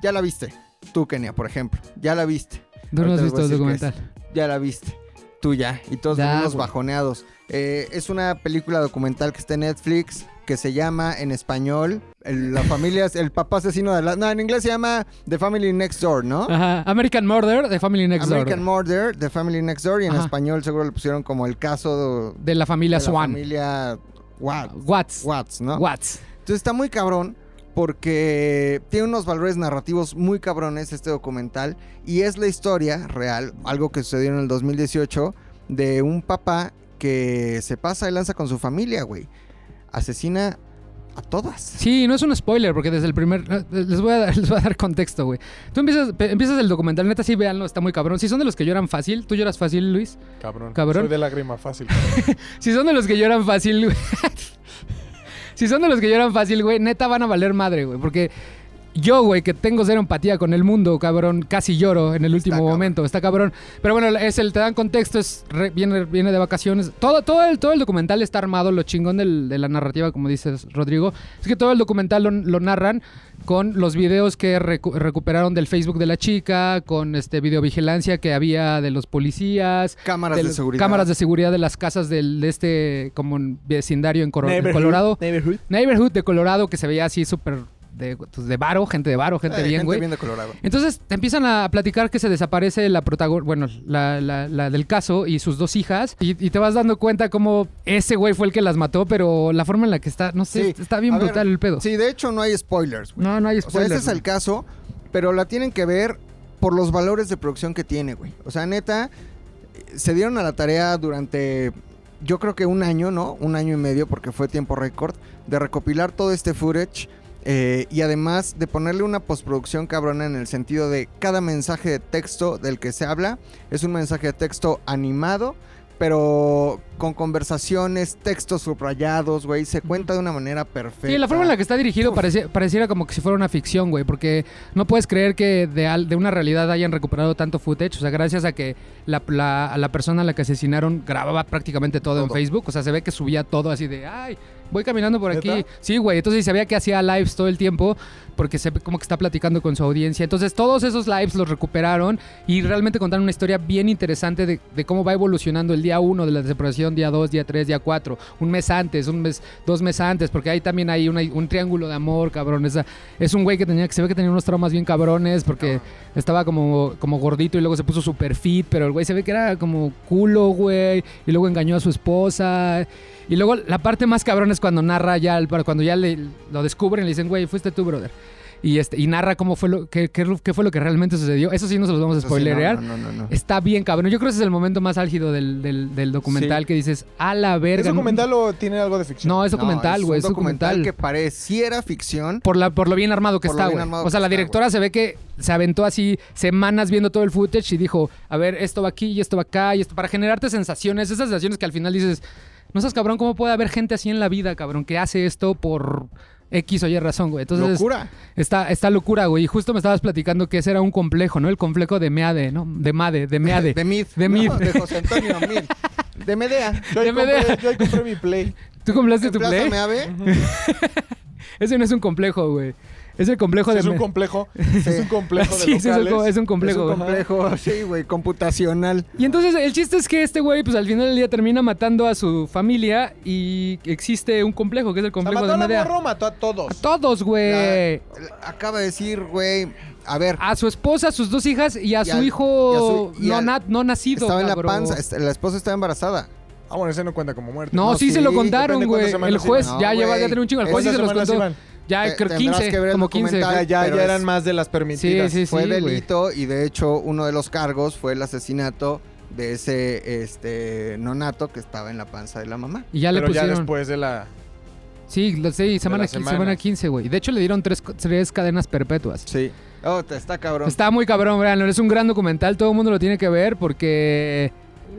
S3: ya la viste. Tú, Kenia, por ejemplo. Ya la viste.
S1: Tú no
S3: Ahorita
S1: has
S3: les
S1: visto
S3: voy a
S1: el
S3: decir qué es.
S1: documental.
S3: Ya la viste. Tú ya. Y todos
S1: Ya,
S3: venimos
S1: güey.
S3: bajoneados. Eh, es una película documental que está en Netflix que se llama en español el- La familia, el papá asesino de la. No, en inglés se llama The Family Next Door, ¿no?
S1: Ajá. American Murder de Family Ah, Next Door.
S3: American Murder, The Family Next Door, y en
S1: Ajá.
S3: español seguro le pusieron como el caso de
S1: de la familia
S3: la
S1: Swan.
S3: familia Wa-
S1: Watts.
S3: Watts, ¿no?
S1: Watts.
S3: Entonces está muy cabrón porque tiene unos valores narrativos muy cabrones este documental y es la historia real, algo que sucedió en el 2018, de un papá que se pasa y lanza con su familia, güey. Asesina a todas.
S1: Sí, no es un spoiler, porque desde el primer. eh, Les voy a dar, les voy a dar contexto, güey. Tú empiezas, pe- empiezas el documental, neta, sí, véanlo, está muy cabrón. Si son de los que lloran fácil, tú lloras fácil, Luis.
S2: Cabrón.
S1: Cabrón.
S2: Soy de lágrima fácil.
S1: Si son de los que lloran fácil, güey. si son de los que lloran fácil, güey, neta van a valer madre, güey. Porque yo, güey, que tengo cero empatía con el mundo, cabrón, casi lloro en el último
S3: cabrón.
S1: momento. Está cabrón. Pero bueno, es el, te dan contexto, es re- viene, viene de vacaciones. Todo, todo, el, todo el documental está armado, lo chingón del- de la narrativa, como dices, Rodrigo. Es que todo el documental lo, lo narran con los videos que recu- recuperaron del Facebook de la chica, con este videovigilancia que había de los policías,
S3: Cámaras
S1: de
S3: de,
S1: las
S3: seguridad. Eh,
S1: cámaras de seguridad de las casas del, de este como un vecindario en, Coro- en Colorado.
S2: Neighborhood.
S1: Neighborhood de Colorado que se veía así súper de, pues, de varo, gente de varo, gente
S3: Eh,
S1: bien, güey.
S3: bien de Colorado.
S1: Entonces te empiezan a platicar que se desaparece la protagonista, bueno, la, la- la del caso y sus dos hijas. Y, y te vas dando cuenta como ese güey fue el que las mató, pero la forma en la que está, no sé,
S3: Sí.
S1: está bien
S3: A ver,
S1: brutal el pedo.
S3: Sí, de hecho no hay spoilers, güey.
S1: No, no hay
S3: O sea,
S1: spoilers.
S3: ese es el caso, pero la tienen que ver por los valores de producción que tiene, güey. O sea, neta, eh, se dieron a la tarea durante yo creo que un año, ¿no? Un año y medio, porque fue tiempo récord, de recopilar todo este footage eh, y además de ponerle una postproducción cabrona en el sentido de cada mensaje de texto del que se habla es un mensaje de texto animado, pero con conversaciones, textos subrayados, güey, se cuenta de una manera perfecta.
S1: Sí, la forma en la que está dirigido parece- pareciera como que si fuera una ficción, güey, porque no puedes creer que de, al- de una realidad hayan recuperado tanto footage, o sea, gracias a que la, la- a la persona a la que asesinaron grababa prácticamente todo, en
S3: Todo.
S1: Facebook, o sea, se ve que subía todo así de, ay, voy caminando por aquí.
S2: ¿Neta?
S1: Sí, güey, entonces se veía que hacía lives todo el tiempo, porque se ve como que está platicando con su audiencia, entonces todos esos lives los recuperaron y realmente contaron una historia bien interesante de, de cómo va evolucionando el día 1 de la separación, día 2, día 3, día 4, un mes antes, un mes, dos meses antes, porque ahí también hay una- un triángulo de amor, cabrón. Esa- es un güey que tenía que se ve que tenía unos traumas bien cabrones porque estaba como, como gordito y luego se puso super fit, pero el güey se ve que era como culo, güey, y luego engañó a su esposa. Y luego la parte más cabrón es cuando narra ya, el- cuando ya le- lo descubren, le dicen, güey, fuiste tú, brother. Y, este, y narra cómo fue lo, qué, qué- qué fue lo que realmente sucedió. Eso sí no se los vamos a
S3: Eso sí, no,
S1: spoilerear.
S3: No, no, no, no.
S1: Está bien, cabrón. Yo creo que ese es el momento más álgido del, del- del documental
S3: Sí.
S1: que dices, a la verga.
S2: ¿Es documental o tiene algo de ficción?
S1: No, es
S3: No,
S1: documental, güey.
S3: un
S1: es, documental.
S3: que pareciera ficción.
S1: Por, la, por lo bien armado que
S3: Por lo
S1: está,
S3: bien
S1: güey.
S3: armado
S1: O sea,
S3: que
S1: la
S3: está,
S1: directora se ve que se aventó así semanas viendo todo el footage y dijo, a ver, esto va aquí y esto va acá y esto, para generarte sensaciones, esas sensaciones que al final dices, no seas cabrón, ¿cómo puede haber gente así en la vida, cabrón, que hace esto por X o Y razón, güey? Entonces,
S3: Locura.
S1: Está, está locura, güey. Y justo me estabas platicando que ese era un complejo, ¿no? El complejo de Meade, ¿no? De Made, de Meade.
S3: De Mid.
S1: De
S3: No,
S1: Mid.
S3: de José Antonio Mid. De Medea.
S2: Yo ahí,
S1: Ya me deja.
S2: compré, yo ahí compré mi play.
S1: ¿Tú compraste tu
S3: Plaza
S1: play?
S3: Meave.
S1: Ese no es un complejo, güey. Es el complejo de
S2: es un
S1: Me-
S2: complejo. Es un complejo de
S1: Sí, es un
S2: locales.
S1: co- es un complejo,
S2: Es
S1: güey.
S3: Complejo, sí, güey, computacional.
S1: Y entonces el chiste es que este güey, pues al final del día termina matando a su familia y existe un complejo, que es el
S2: O sea,
S1: complejo
S2: mató
S1: de
S2: a la
S1: Medea.
S2: morra, mató a
S1: A
S2: todos.
S1: todos, güey.
S3: La- Acaba de decir, güey, a ver,
S1: A su esposa, a sus dos hijas y a
S3: Y
S1: su
S3: al-
S1: hijo
S3: y a su- y
S1: no,
S3: al-
S1: na- no nacido,
S3: estaba en la
S1: cabrón.
S3: panza, est- la esposa estaba embarazada.
S2: Ah, bueno, ese no cuenta como muerto.
S1: No,
S3: No,
S1: sí, se
S3: sí,
S1: lo
S3: depende
S1: contaron,
S2: cuántas
S1: güey.
S2: semanas
S1: El juez
S3: iban.
S1: ya
S3: No,
S1: lleva, ya
S3: güey.
S1: tiene un chingo. El
S3: Esas
S1: juez sí se los
S2: semanas
S1: contó.
S2: iban.
S1: Ya,
S3: Te-
S1: creo
S3: tendrás
S1: 15,
S3: que ver el
S1: como 15.
S3: documental.
S2: Ya, ya,
S3: Pero
S2: ya
S3: es-
S2: eran más de las permitidas.
S1: Sí, sí,
S3: fue
S1: güey.
S3: delito y de hecho uno de los cargos fue el asesinato de ese este nonato que estaba en la panza de la mamá.
S1: Y ya le
S2: Pero ya
S1: pusieron.
S2: después de la...
S1: sí, lo- sí, semana,
S2: las
S1: qui-
S2: semanas.
S1: semana 15, güey. De hecho, le dieron tres, co- tres cadenas perpetuas.
S3: Sí. Oh, te está cabrón.
S1: Está muy cabrón, vean, es un gran documental, todo el mundo lo tiene que ver porque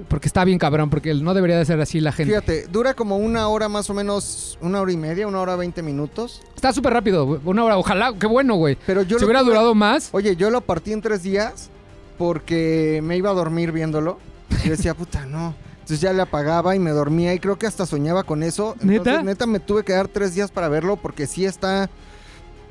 S1: porque está bien cabrón, porque no debería de ser así la gente.
S3: Fíjate, dura como una hora más o menos, una hora y media, una hora veinte minutos.
S1: Está súper rápido, güey, una hora, ojalá, qué bueno, güey.
S3: Pero yo
S1: Si
S3: lo
S1: hubiera
S3: tuve-
S1: durado más,
S3: Oye, yo lo partí en tres días porque me iba a dormir viéndolo. Yo decía, puta, no. Entonces ya le apagaba y me dormía y creo que hasta soñaba con eso. Entonces,
S1: ¿Neta?
S3: Neta, me tuve que dar tres días para verlo porque sí está...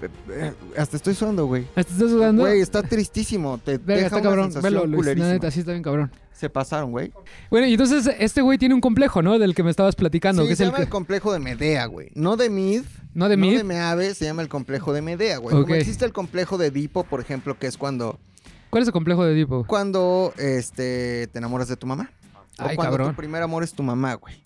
S3: eh, eh, Hasta estoy sudando, güey.
S1: ¿hasta estás sudando?
S3: Güey, está tristísimo. Te
S1: Verga,
S3: deja
S1: está
S3: una
S1: cabrón,
S3: sensación
S1: velo, Luis, la
S3: culerísima.
S1: neta, sí está bien cabrón.
S3: Se pasaron, güey.
S1: Bueno, y entonces este güey tiene un complejo, ¿no? Del que me estabas platicando,
S3: Sí,
S1: que es
S3: se
S1: el
S3: llama el
S1: que-
S3: complejo de Medea, güey. No de Mid.
S1: ¿No de Mid?
S3: No de Meave, se llama el complejo de Medea, güey.
S1: Ok.
S3: Como existe el complejo de Edipo, por ejemplo, que es cuando,
S1: ¿Cuál es el complejo de Edipo?
S3: cuando este, te enamoras de tu mamá. O
S1: Ay,
S3: cuando
S1: cabrón.
S3: tu primer amor es tu mamá, güey.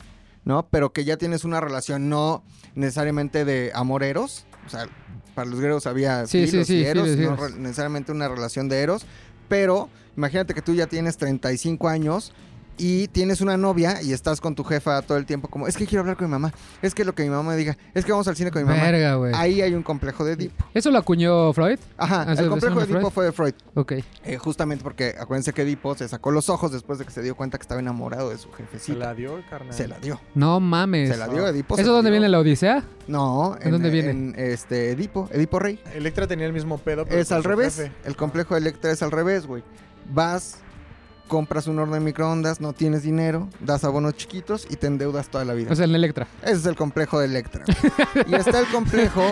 S3: ¿No? Pero que ya tienes una relación no necesariamente de amoreros. O sea, para los griegos había
S1: Sí, sí,
S3: filos
S1: sí,
S3: y eros,
S1: filos y
S3: no
S1: eros.
S3: re- necesariamente una relación de eros. Pero imagínate que tú ya tienes 35 años y tienes una novia y estás con tu jefa todo el tiempo como, es que quiero hablar con mi mamá, es que lo que mi mamá diga, es que vamos al cine con mi mamá.
S1: Verga, güey.
S3: Ahí hay un complejo de Edipo.
S1: ¿Eso lo acuñó Freud?
S3: Ajá,
S1: Ah, ¿eso-
S3: el
S1: eso
S3: complejo
S1: no
S3: de
S1: es Freud?
S3: Edipo fue de Freud.
S1: Ok.
S3: Eh, justamente porque acuérdense que Edipo se sacó los ojos después de que se dio cuenta que estaba enamorado de su
S2: Se
S3: jefecita.
S2: la dio, carnal.
S3: Se la dio.
S1: No mames.
S3: Se la dio Edipo.
S1: ¿Eso dónde viene la Odisea?
S3: No,
S1: ¿En dónde viene?
S3: en, este, Edipo, Edipo Rey.
S2: Electra tenía el mismo pedo. Ah, pero
S3: Es
S2: con
S3: al
S2: su
S3: revés.
S2: jefe.
S3: El complejo de Electra es al revés, güey. Vas, compras un horno de microondas, no tienes dinero, das abonos chiquitos y te endeudas toda la vida.
S1: O sea, en Electra.
S3: Ese es el complejo de Electra. güey. y está el complejo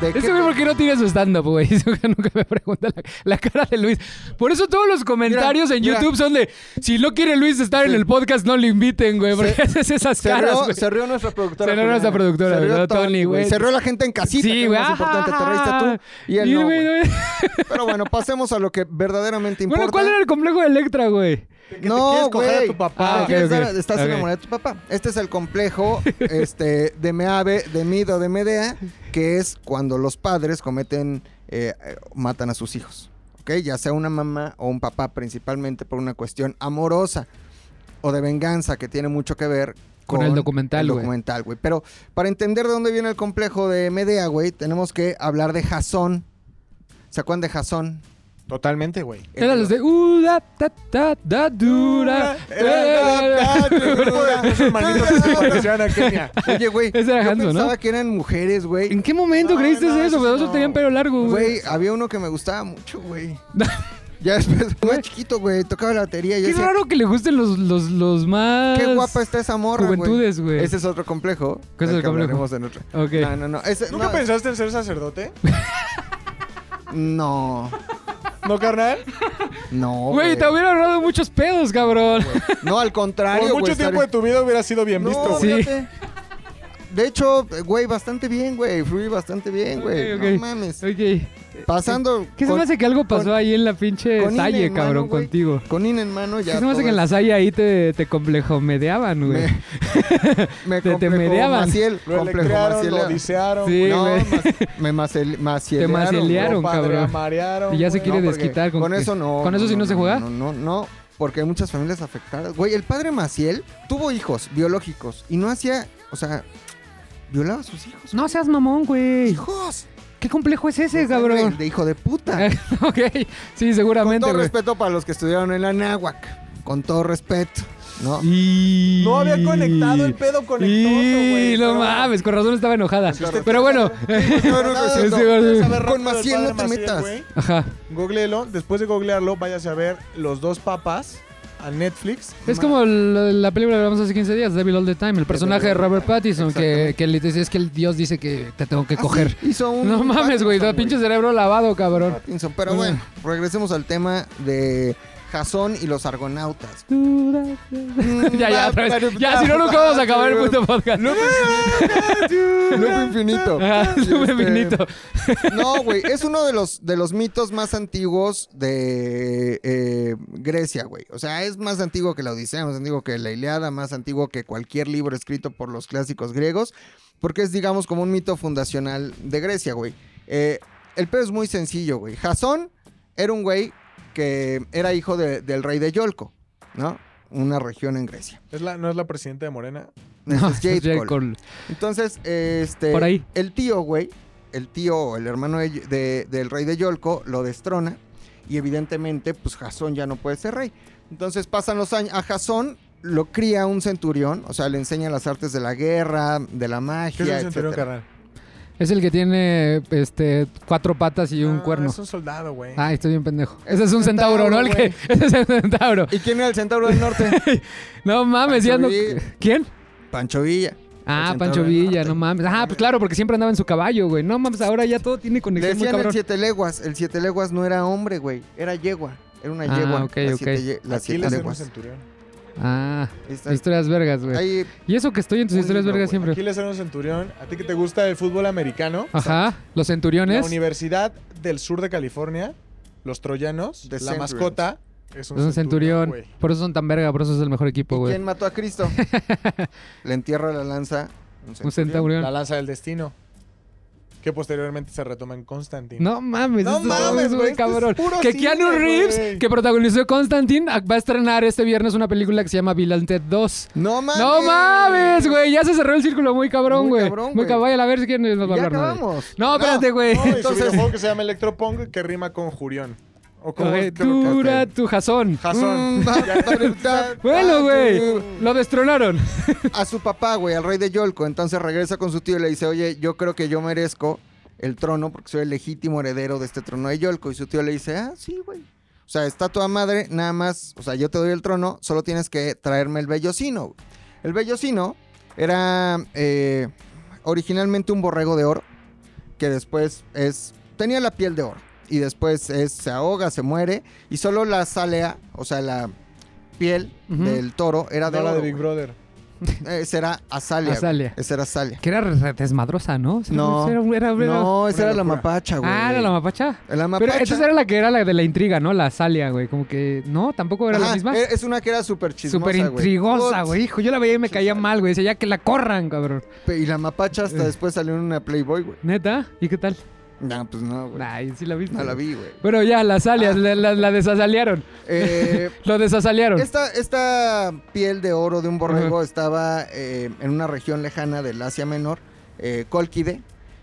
S3: de
S1: Ese güey, ¿por qué no tiene su stand-up, güey? Eso que nunca me pregunta la, la cara de Luis. Por eso todos los comentarios en
S3: mira.
S1: YouTube son de: si no quiere Luis estar en el podcast, no lo inviten, güey. Porque haces esas
S3: se
S1: caras,
S3: rió,
S1: güey.
S3: se rió nuestra productora.
S1: Se rió nuestra
S3: Juliana.
S1: productora,
S3: Se rió
S1: ¿verdad, Tony, güey?
S3: Se rió la gente en casita. que es lo más importante. Te reíste tú y él
S1: Y
S3: no,
S1: güey,
S3: güey.
S1: no, güey.
S3: Pero bueno, pasemos a lo que verdaderamente importa.
S1: Bueno, ¿cuál era el complejo de Electra, güey?
S2: te quieres coger a tu papá.
S1: Ah,
S3: Te quieres
S1: ok,
S3: dar-
S1: ok.
S3: Estás
S1: Ok.
S3: enamorado de tu papá. Este es el complejo este, de Meave, de Mido, de Medea, que es cuando los padres cometen, eh, eh, matan a sus hijos. ¿ok? Ya sea una mamá o un papá, principalmente por una cuestión amorosa o de venganza que tiene mucho que ver
S1: Con el documental,
S3: el
S1: güey.
S3: documental, güey. Pero para entender de dónde viene el complejo de Medea, güey, tenemos que hablar de Jasón. ¿Se acuerdan de Jasón?
S2: Totalmente, güey.
S3: El
S1: Era los de. Uh, da, ta, ta, da, dura. eh,
S3: eh,
S2: Era- Esos malditos que conocían a Kenia.
S3: Oye, güey.
S1: Ese era
S3: yo
S1: Hanson, ¿no?
S3: pensaba que eran mujeres, güey.
S1: ¿En qué momento
S2: No,
S1: creíste
S2: no,
S1: eso?
S2: eso
S1: Pero esos
S2: no.
S1: tenían pelo largo, güey.
S3: Güey, había uno que me gustaba mucho, güey. Ya después, más chiquito, güey, tocaba la batería. y Yo
S1: Qué
S3: decía,
S1: raro que le gusten los, los, los más.
S3: qué guapa está esa morra, güey.
S1: Juventudes, güey.
S3: Ese es otro complejo.
S1: ¿Qué es
S3: del
S1: el
S3: que
S1: complejo?
S3: hablaremos en otro.
S1: Ok.
S3: No, no, no. Ese,
S2: ¿Nunca
S3: no,
S2: pensaste en ser sacerdote?
S3: No,
S2: ¿No, carnal?
S3: no,
S1: Güey, te hubiera ahorrado muchos pedos, cabrón.
S3: No, al contrario,
S2: Por
S3: güey,
S2: mucho
S3: estar-
S2: tiempo de tu vida hubiera sido bien
S3: No,
S2: visto, güey.
S1: Sí.
S3: fíjate. De hecho, güey, bastante bien, güey. Fluí bastante bien, güey.
S1: Ok, ok.
S3: No mames.
S1: Ok.
S3: Pasando.
S1: ¿Qué se
S3: con-
S1: me hace que algo pasó
S3: con-
S1: ahí en la pinche
S3: con INE
S1: salle,
S3: en mano,
S1: cabrón,
S3: güey.
S1: contigo?
S3: Con INE en mano ya.
S1: ¿Qué se me hace
S3: todo
S1: que en la
S3: es-
S1: salle ahí te, te complejomedeaban, güey?
S3: Me, me
S1: Te- te
S3: complejo
S1: medeaban.
S3: Maciel,
S2: Lo
S3: complejo
S2: electraron,
S3: Maciel
S2: lo
S3: era.
S2: odisearon,
S1: Sí,
S3: No,
S1: güey.
S3: mas- me macel,
S1: Te
S3: macielearon.
S1: macilearon,
S2: lo padre,
S1: cabrón.
S2: amarearon,
S1: Y ya se
S2: güey.
S1: quiere
S2: No, porque-
S1: desquitar.
S3: Con,
S1: que-
S3: eso no.
S1: ¿Con eso sí no, se juega?
S3: No, no, no, porque hay muchas familias afectadas. Güey, el padre Maciel tuvo hijos biológicos y no hacía, o sea, violaba a sus hijos.
S1: No seas mamón, güey.
S3: ¡Hijos!
S1: ¿Qué complejo es ese,
S3: Sangre
S1: cabrón?
S3: De hijo de puta.
S1: ok, sí,
S3: Con
S1: seguramente,
S3: todo
S1: güey.
S3: respeto para los que estudiaron en la náhuac. Con todo respeto. No.
S1: Y...
S2: No había conectado el pedo conectoso, güey.
S1: Y no
S2: pero-
S1: mames, con razón estaba enojada.
S2: Si usted
S1: Pero bueno,
S2: Nada,
S1: sí,
S2: no,
S1: sí,
S2: ¿quieres
S1: sí.
S2: saber rápido
S3: Con
S2: del
S3: Maciel
S2: padre
S3: no te
S2: Maciel,
S3: metas.
S2: güey?
S1: ajá.
S2: Googleelo. Después de googlearlo, vayas a ver Los Dos Papas a Netflix.
S1: Es como la, la película que hablamos hace 15 días, Devil All the Time, el personaje de Robert Pattinson, que, que le dice, es que el dios dice que te tengo que coger.
S3: Ah, Hizo un.
S1: No mames, güey, todo pinche cerebro lavado, cabrón.
S3: Pattinson. Pero bueno,
S1: Mm.
S3: regresemos al tema de Jasón y los argonautas. Mm,
S1: ya, ya, otra vez. Ya, si no, nunca vamos a acabar el puto podcast.
S3: Loop infinito.
S1: Ajá,
S3: Y
S1: sube
S3: este,
S1: vinito.
S3: No, güey, es uno de los, de los mitos más antiguos de eh, Grecia, güey. O sea, es más antiguo que la Odisea, más antiguo que la Iliada, más antiguo que cualquier libro escrito por los clásicos griegos, porque es, digamos, como un mito fundacional de Grecia, güey. Eh, el pedo es muy sencillo, güey. Jasón era un güey que era hijo de- del rey de Yolco, ¿no? Una región en Grecia.
S2: ¿Es la, ¿No es la presidenta de Morena?
S1: No,
S3: Ese es Jade Cole.
S1: Cole.
S3: Entonces, este.
S1: Por ahí.
S3: El tío, güey. El tío o el hermano de- de- del rey de Yolco lo destrona. Y evidentemente, pues Jasón ya no puede ser rey. Entonces pasan los años. A Jasón lo cría un centurión. O sea, le enseña las artes de la guerra, de la
S2: ¿Qué
S3: magia.
S2: es un centurión,
S3: etcétera.
S2: carnal?
S1: Es el que tiene este cuatro patas y un
S2: Ah,
S1: cuerno.
S2: Es un soldado, güey.
S1: Ah, estoy bien pendejo. Ese es un centauro, ¿no? El que, ese es un centauro.
S3: ¿Y quién era el centauro del norte?
S1: No mames, ya no.
S3: Pancho Villa.
S1: ¿Quién?
S3: Pancho Villa.
S1: Ah,
S3: El
S1: Pancho
S3: centauro del
S1: Villa,
S3: norte.
S1: no mames. Ah, pues claro, porque siempre andaba en su caballo, güey. No mames, ahora ya todo tiene
S3: Le
S1: conexión muy
S3: decían el
S1: cabrón.
S3: siete leguas. El siete leguas no era hombre, güey. Era yegua. Era una
S1: Ah,
S3: yegua.
S1: ok,
S3: las
S1: ok.
S3: siete, ye- las
S2: Aquí
S3: siete
S2: le hacen
S3: leguas.
S2: centurión.
S1: Ah,
S3: Ahí está.
S1: historias vergas, güey.
S3: Ahí
S1: Y eso que estoy en tus
S3: Un
S1: historias
S3: libro,
S1: vergas
S3: güey.
S1: siempre. Ah,
S2: Aquí le hacen un centurión. ¿A ti que te gusta el fútbol americano?
S1: Ajá, los
S2: La
S1: centuriones.
S2: Universidad del Sur de California, los troyanos,
S3: The
S2: la
S3: Centurions.
S2: mascota es un,
S1: Es un centurión.
S2: güey.
S1: Por eso son tan verga, por eso es el mejor equipo,
S3: ¿Y
S1: güey.
S3: quién mató a Cristo? Le entierra la lanza. un
S1: Un
S3: centurión.
S1: centaurión.
S2: La lanza del destino. Que posteriormente se retoma en Constantine.
S1: No mames,
S2: No
S1: esto
S2: mames,
S1: es muy
S2: güey, esto es
S1: cabrón.
S2: puro
S1: que
S2: cine,
S1: Keanu Reeves,
S2: güey.
S1: que protagonizó Constantine, va a estrenar este viernes una película que se llama Bill and Ted 2.
S3: No mames.
S1: No mames, güey, ya se cerró el círculo muy cabrón,
S3: Muy
S1: güey.
S3: cabrón,
S1: Muy
S3: güey.
S1: cabrón, vayan a ver si quieren nos va a
S3: Ya
S1: hablar. nadie.
S3: acabamos.
S1: No, espérate, güey.
S2: No, y su
S3: Entonces-
S2: videojuego que se llama Electropong que rima con Jurión. O como
S1: Güey, Dura tu jazón.
S2: Jason.
S3: Mm, va- va- va-
S1: Bueno, güey, lo destronaron.
S3: A su papá, güey, al rey de Yolco. Entonces regresa con su tío y le dice, oye, yo creo que yo merezco el trono porque soy el legítimo heredero de este trono de Yolco. Y su tío le dice, ah, sí, güey. O sea, está tu madre, nada más, o sea, yo te doy el trono, solo tienes que traerme el vellocino. El vellocino era eh, originalmente un borrego de oro, que después es. tenía la piel de oro. Y después es, se ahoga, se muere. Y solo la salea, o sea, la piel
S1: Ujú.
S3: del toro era de
S2: No, la
S3: oro.
S2: de Big
S3: güey.
S2: Brother.
S3: Esa era azalea. güey.
S1: Azalea.
S3: Esa era azalea.
S1: Que era re- desmadrosa, ¿no? O sea,
S3: No.
S1: Era, era- era-
S3: No, esa
S2: Una
S3: era la
S2: locura.
S3: mapacha, güey.
S1: Ah, era la mapacha.
S3: La mapacha.
S1: Pero esa era la que era la de la intriga, ¿no? La Salia, güey. Como que. No, tampoco era la
S3: Ajá,
S1: misma.
S3: e- Es una que era súper chismosa,
S1: Súper
S3: güey.
S1: intrigosa,
S3: Ups.
S1: güey. Hijo, yo la veía y me caía mal, güey. Decía, ya que la corran, cabrón. Eh.
S3: Pe- Y la mapacha hasta después salió en una Playboy, güey.
S1: Neta, ¿y qué tal?
S3: No, pues no, güey.
S1: Ay, sí la viste.
S3: No la vi, güey.
S1: Pero ya, las alias,
S3: Ah.
S1: la, la- la desasalearon.
S3: Eh,
S1: Lo desasalearon.
S3: Esta, esta piel de oro de un borrego estaba eh, en una región lejana del Asia Menor, eh, Colquide,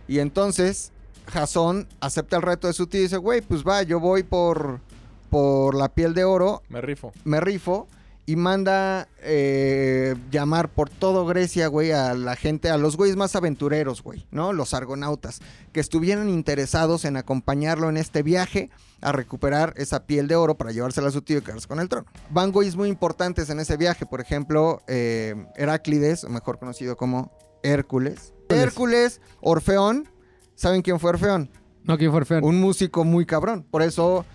S3: y entonces Jasón acepta el reto de su tío y dice, güey, pues va, yo voy por, por la piel de oro,
S2: Me rifo.
S3: me rifo, y manda eh, llamar por todo Grecia, güey, a la gente, a los güeyes más aventureros, güey, ¿no? Los argonautas, que estuvieran interesados en acompañarlo en este viaje a recuperar esa piel de oro para llevársela a su tío y quedarse con el trono. Van güeyes muy importantes en ese viaje, por ejemplo, eh, Heráclides, o mejor conocido como Hércules. Hércules, Orfeón, ¿saben quién fue Orfeón?
S1: No, que fue Orfeo.
S3: Un músico muy cabrón, por eso...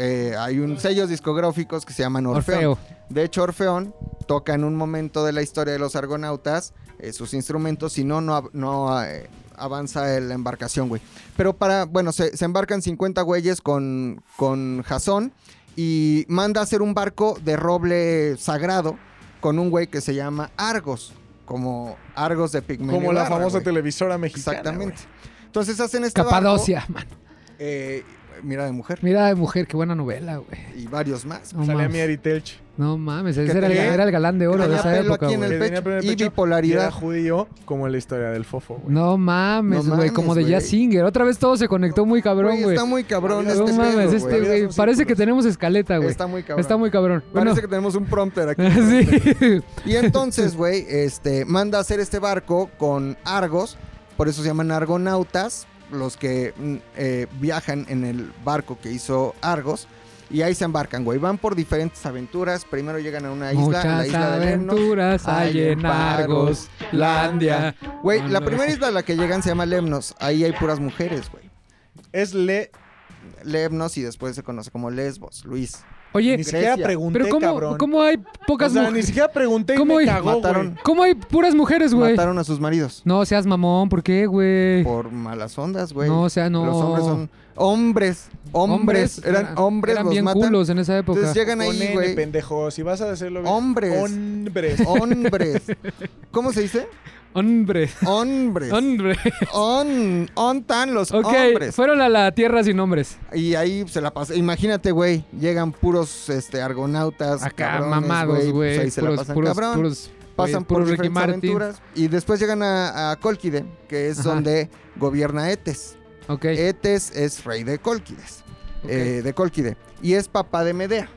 S3: eh, hay un sellos discográficos que se llaman Orfeón.
S1: Orfeo.
S3: De hecho, Orfeón toca en un momento de la historia de los argonautas eh, sus instrumentos, si no, no, av- no, eh, avanza el- la embarcación, güey. Pero para, bueno, se, se embarcan 50 güeyes con, con Jasón y manda a hacer un barco de roble sagrado con un güey que se llama Argos, como Argos de Pigmeno.
S2: Como la
S3: Ibarra,
S2: famosa
S3: güey.
S2: televisora mexicana.
S3: Exactamente. Entonces hacen este
S1: Capadocia, man.
S3: barco, eh, mira de mujer.
S1: Mira, mujer, qué buena novela, güey.
S3: Y varios más.
S1: No
S2: güey. Salía
S1: mames.
S2: mi Eritelch.
S1: No mames,
S3: Que
S1: ese era el,
S3: tenía-
S1: era el galán de oro de
S3: tenía
S1: esa
S3: pelo
S1: época,
S3: aquí en
S1: güey.
S3: el- pecho y
S2: Era
S3: bipolaridad.
S2: judío, como en la historia del fofo, güey.
S1: No mames,
S3: No
S1: güey, como de
S3: mames, güey.
S1: Jazz Singer. Otra vez todo se conectó muy cabrón,
S3: Güey,
S1: güey.
S3: está muy cabrón
S2: No
S1: No
S3: este
S1: mames,
S3: pedo,
S1: este
S3: güey.
S2: Vida
S1: güey,
S2: son
S1: Parece que
S2: círculos.
S1: tenemos escaleta, güey.
S3: Está muy cabrón.
S1: Está muy cabrón. Bueno,
S3: Parece que tenemos un prompter aquí.
S1: sí.
S3: Y entonces, güey, este, manda a hacer este barco con Argos, por eso se llaman argonautas, los que mm, eh, viajan en el barco que hizo Argos. Y ahí se embarcan, güey. Van por diferentes aventuras. Primero llegan a una isla, la
S1: Muchas
S3: isla de Lerno.
S1: aventuras hay en Argos, Landia.
S3: Güey,
S1: No,
S3: la
S1: Ah, no.
S3: primera isla a la que llegan se llama Lemnos. Ahí hay puras mujeres, güey.
S2: Es le.
S3: Lemnos y después se conoce como Lesbos, Luis.
S1: Oye,
S2: Ni siquiera
S3: Grecia.
S2: pregunté,
S1: pero ¿cómo,
S2: cabrón.
S1: cómo hay
S2: o
S1: pocas
S2: sea, ni
S1: mujeres?
S2: siquiera pregunté y
S1: ¿Cómo
S2: me
S1: y-
S2: cagó,
S3: Mataron.
S2: güey.
S1: ¿Cómo hay puras mujeres, Pues, güey?
S3: Mataron a sus maridos.
S1: No seas mamón, ¿por qué, güey?
S3: Por malas ondas, güey.
S1: No, o sea, no. ah,
S3: Los hombres son hombres, hombres, eran hombres,
S1: eran
S3: los
S1: bien
S3: matan.
S1: culos en esa época.
S3: Entonces llegan
S2: Con
S3: ahí,
S2: N,
S3: güey.
S2: pendejo. Si vas a hacerlo bien.
S3: Hombres,
S2: Hombres.
S3: hombres. ¿Cómo se dice?
S1: Hombre,
S3: Hombres.
S1: hombre.
S3: On, on tan los
S1: Ok,
S3: hombres.
S1: fueron a la tierra sin nombres.
S3: Y ahí se la pasa. Imagínate, güey, llegan puros este argonautas,
S1: Acá
S3: cabrones,
S1: mamados,
S3: pues
S1: güey.
S3: ahí se la
S1: puros,
S3: pasan
S1: puros,
S3: cabrón.
S1: puros,
S3: pasan
S1: güey,
S3: por
S1: puros Ricky
S3: diferentes
S1: Martin.
S3: aventuras y después llegan a, a Cólquide, que es
S1: Ajá.
S3: donde gobierna Etes.
S1: Ok,
S3: Etes es rey de Colquides,
S1: Ok.
S3: eh, de Colquide, y es papá de Medea.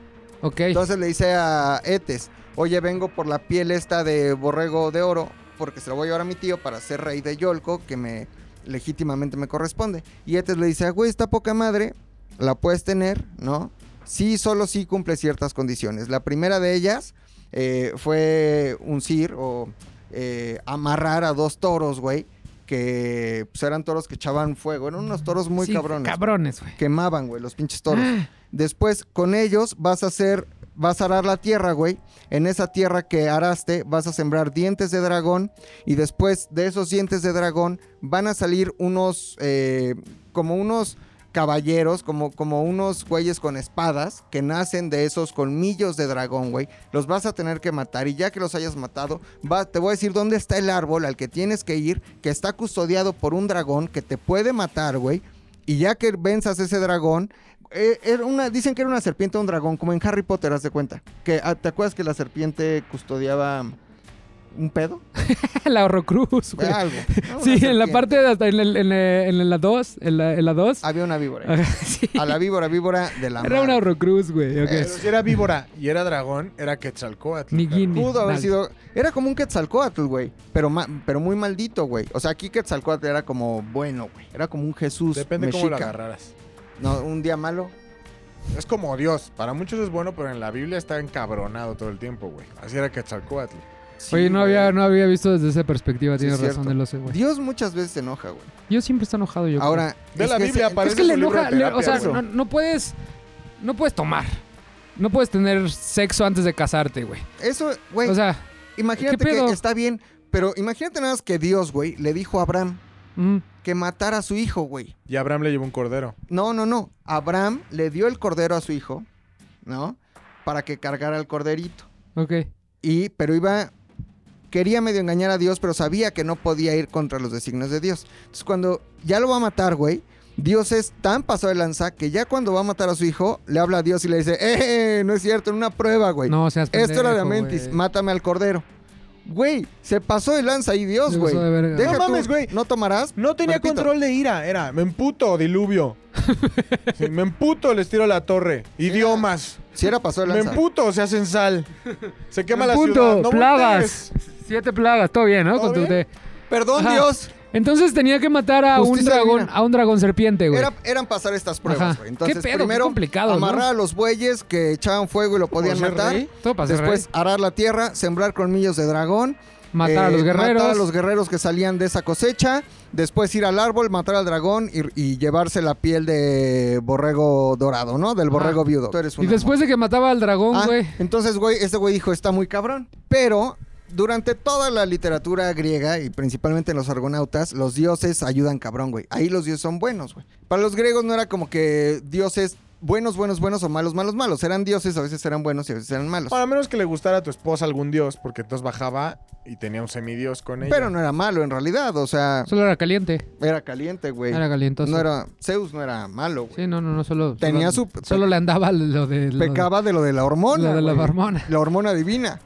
S1: ok.
S3: Entonces le dice a Etes, oye, vengo por la piel esta de borrego de oro, porque se la voy a llevar a mi tío para ser rey de Yolco, que me legítimamente me corresponde. Y Etes le dice, "Ah, güey, está poca madre, la puedes tener, ¿no? Sí, solo sí cumple ciertas condiciones. La primera de ellas eh, fue uncir o eh, amarrar a dos toros, güey, que pues, eran toros que echaban fuego, eran unos toros muy
S1: Sí,
S3: cabrones. güey.
S1: Cabrones, güey.
S3: Quemaban, güey, los pinches toros. Después, con ellos vas a hacer, vas a arar la tierra, güey. En esa tierra que araste, vas a sembrar dientes de dragón. Y después de esos dientes de dragón, van a salir unos, eh, como unos caballeros, como, como unos güeyes con espadas que nacen de esos colmillos de dragón, güey. Los vas a tener que matar. Y ya que los hayas matado, va- te voy a decir dónde está el árbol al que tienes que ir, que está custodiado por un dragón que te puede matar, güey. Y ya que venzas ese dragón, eh, era una, dicen que era una serpiente o un dragón, como en Harry Potter, haz de cuenta. Que, ah, ¿Te acuerdas que la serpiente custodiaba un pedo?
S1: la Horrocruz, güey.
S3: Algo. Ah, ¿no? Una
S1: sí, en la
S3: serpiente.
S1: parte de hasta en, el- en, el- en la 2, en la en la 2.
S3: Había una víbora.
S1: Ajá, sí.
S3: A la víbora, víbora de Ah, la Eh,
S1: Era
S3: mar.
S1: una Horrocruz, güey. ok.
S2: Pero si era víbora y era dragón, era Quetzalcóatl.
S1: Ni guin-
S3: Pudo haber
S1: Dale.
S3: sido. Era como un Quetzalcoatl, güey. Pero, ma- pero muy maldito, güey. O sea, aquí Quetzalcoatl era como bueno, güey. Era como un Jesús.
S2: Depende
S3: mexica.
S2: cómo lo agarraras.
S3: No, un día malo.
S2: Es como Dios. Para muchos es bueno, pero en la Biblia está encabronado todo el tiempo, güey. Así era Quetzalcóatl.
S3: Sí,
S1: Oye, no
S3: güey.
S1: había, no había visto desde esa perspectiva,
S3: Sí,
S1: tienes
S3: es
S1: razón
S3: cierto.
S1: de lo sé, güey.
S3: Dios muchas veces se enoja, güey.
S1: Yo siempre está enojado, yo. creo.
S3: Ahora.
S2: De
S3: es
S2: la
S3: que
S2: Biblia
S3: ese-
S1: es
S2: aparece
S1: que le
S2: su libro de
S1: enoja, le- o
S2: terapia,
S1: sea,
S2: eso.
S1: no, no puedes no puedes tomar. No puedes tener sexo antes de casarte, güey.
S3: Eso, güey.
S1: O sea,
S3: Imagínate
S1: ¿Qué
S3: que
S1: pedo?
S3: está bien, pero imagínate nada más que Dios, güey, le dijo a Abraham
S1: mm,
S3: que matara a su hijo, güey.
S2: Y Abraham le llevó un cordero.
S3: No, no, no. Abraham le dio el cordero a su hijo, ¿no? Para que cargara el corderito.
S1: ok.
S3: Y, pero iba. Quería medio engañar a Dios, pero sabía que no podía ir contra los designios de Dios. Entonces, cuando ya lo va a matar, güey, Dios es tan pasado de lanza que ya cuando va a matar a su hijo, le habla a Dios y le dice, ¡eh! No es cierto, en una prueba, güey.
S1: No seas
S3: Esto era de
S1: pendejo,
S3: Amentis,
S1: güey.
S3: mátame al cordero. Güey, se pasó de lanza ahí Dios,
S1: Se
S3: güey.
S1: pasó de verga.
S3: Deja
S2: No
S3: tú,
S2: mames, güey.
S3: No tomarás.
S2: No tenía
S3: Repito.
S2: control de ira, era, me emputo, diluvio. Sí, me emputo, les tiro la torre. Idiomas.
S3: Si era pasado de
S2: Me
S3: lanza.
S2: emputo, se hacen sal. Se quema la ciudad.
S1: Punto,
S2: No
S1: plagas.
S2: voltees.
S1: Siete plagas, todo bien, ¿no?
S2: ¿Todo
S1: Con tu
S2: bien?
S1: te-
S3: Perdón,
S1: Ajá.
S3: Dios.
S1: Entonces tenía que matar a un
S3: Justicia
S1: dragón,
S3: divina.
S1: a un dragón serpiente, güey.
S3: Era- eran pasar estas
S1: Ajá.
S3: pruebas, güey. Entonces,
S1: ¿Qué pedo? Qué
S3: primero,
S1: complicado, ¿no?
S3: amarrar a los bueyes que echaban fuego y lo podían
S2: ser
S3: matar.
S2: rey?
S1: Todo para ser
S3: Después,
S1: rey.
S3: arar la tierra, sembrar colmillos de dragón.
S1: matar a
S3: eh,
S1: los guerreros.
S3: Matar a los guerreros que salían de esa cosecha. Después, ir al árbol, matar al dragón y, y llevarse la piel de borrego dorado, ¿no? Del borrego viudo. Tú eres un
S1: y después de que mataba al dragón,
S3: Ah,
S1: güey.
S3: Entonces, güey, este güey dijo, está muy cabrón. Pero durante toda la literatura griega y principalmente en los argonautas, los dioses ayudan cabrón, güey. Ahí los dioses son buenos, güey. Para los griegos no era como que dioses buenos, buenos, buenos o malos, malos, malos. Eran dioses, a veces eran buenos y a veces eran malos.
S2: Bueno, a menos que le gustara a tu esposa algún dios, porque entonces bajaba y tenía un semidios con ella.
S3: Pero no era malo en realidad, o sea,
S1: Solo era caliente.
S3: era caliente, güey.
S1: Era calientoso.
S3: No era, Zeus no era malo, güey.
S1: Sí, no, no, no, solo.
S3: Tenía
S1: solo,
S3: su-
S1: Solo le andaba lo de. lo de-
S3: Pecaba de lo de la hormona.
S1: lo de la
S3: güey.
S1: hormona.
S3: La hormona divina.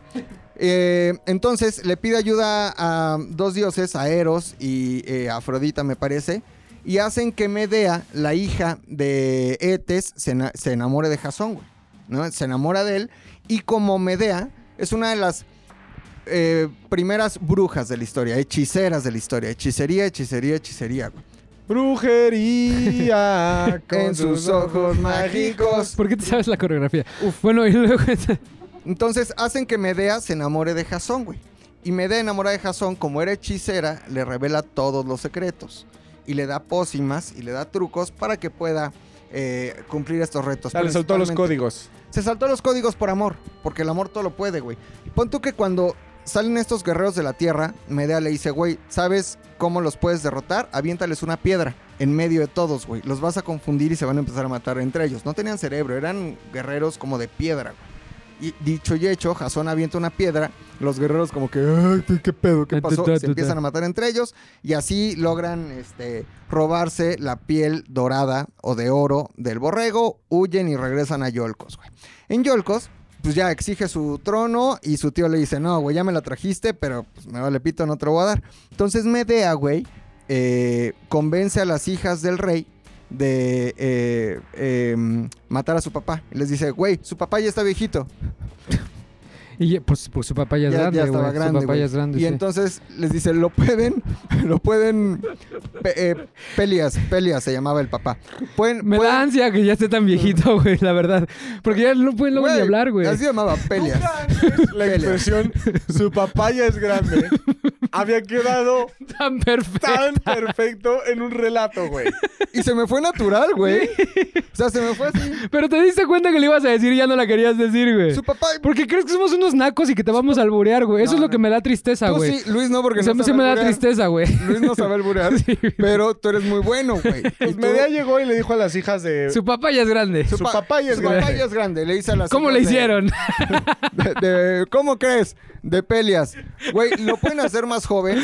S3: Eh, entonces le pide ayuda a dos dioses, a Eros y eh, a Afrodita, me parece, y hacen que Medea, la hija de Etes, se, ena- se enamore de Jasón, güey. ¿no? Se enamora de él, y como Medea es una de las eh, primeras brujas de la historia, hechiceras de la historia, hechicería, hechicería, hechicería, güey.
S2: Brujería
S3: En sus ojos mágicos.
S1: ¿Por qué te sabes la coreografía? Bueno, y luego.
S3: Entonces hacen que Medea se enamore de Jasón, güey. Y Medea enamorada de Jasón, como era hechicera, le revela todos los secretos. Y le da pócimas y le da trucos para que pueda eh, cumplir estos retos.
S2: O sea, le soltó los
S3: principalmente.
S2: códigos.
S3: Se saltó los códigos por amor, porque el amor todo lo puede, güey. Y pon tú que cuando salen estos guerreros de la tierra, Medea le dice, güey, ¿sabes cómo los puedes derrotar? Aviéntales una piedra en medio de todos, güey. Los vas a confundir y se van a empezar a matar entre ellos. No tenían cerebro, eran guerreros como de piedra, güey. Y dicho y hecho, Jasón avienta una piedra, los guerreros como que, ay, ¿qué- ¿qué pedo? ¿Qué pasó? Se empiezan a matar entre ellos y así logran este, robarse la piel dorada o de oro del borrego, huyen y regresan a Yolcos, güey. En Yolcos, pues ya exige su trono y su tío le dice, no, güey, ya me la trajiste, pero pues, me vale pito, no te lo voy a dar. Entonces Medea, güey, eh, convence a las hijas del rey de eh, eh, matar a su papá. Y les dice, güey, su papá ya está viejito.
S1: Y ya- pues, pues su papá ya es
S3: Ya- ya
S1: grande, güey.
S3: estaba grande,
S1: Su papá
S3: güey.
S1: ya es grande.
S3: Y
S1: sí.
S3: entonces les dice, lo pueden, lo pueden, pe- eh, Pelias, Pelias se llamaba el papá. Pueden,
S1: Me
S3: pueden-
S1: da ansia que ya esté tan viejito, güey, la verdad. Porque ya no pueden luego ni
S3: Güey,
S1: hablar, güey.
S3: Así se llamaba Pelias.
S2: Nunca antes La
S3: Peleas.
S2: expresión su papá ya es grande había quedado
S1: Tan perfecto.
S2: tan perfecto en un relato, güey.
S3: Y se me fue natural, güey. O sea, se me fue así.
S1: Pero te diste cuenta que le ibas a decir y ya no la querías decir, güey.
S3: Su papá.
S1: Porque crees que somos unos nacos y que te vamos a alburear, güey. Eso
S3: No,
S1: es lo
S3: no.
S1: que me da tristeza,
S3: Tú
S1: güey.
S3: pues sí, Luis no, porque
S1: O sea,
S3: no
S1: sí
S3: sabe
S1: me da
S3: alburear.
S1: tristeza, güey.
S3: Luis no sabe alburear, pero tú eres muy bueno, güey. Y
S2: Pues
S3: tú-
S2: Medea llegó y le dijo a las hijas de
S1: Su papá ya es grande.
S2: su papá ya es
S3: su papá
S2: grande.
S3: ya es grande. Le dice a las
S1: ¿Cómo
S3: hijas
S1: le
S3: de-
S1: hicieron?
S3: de- de- ¿Cómo crees? De peleas. Güey, lo pueden hacer más joven.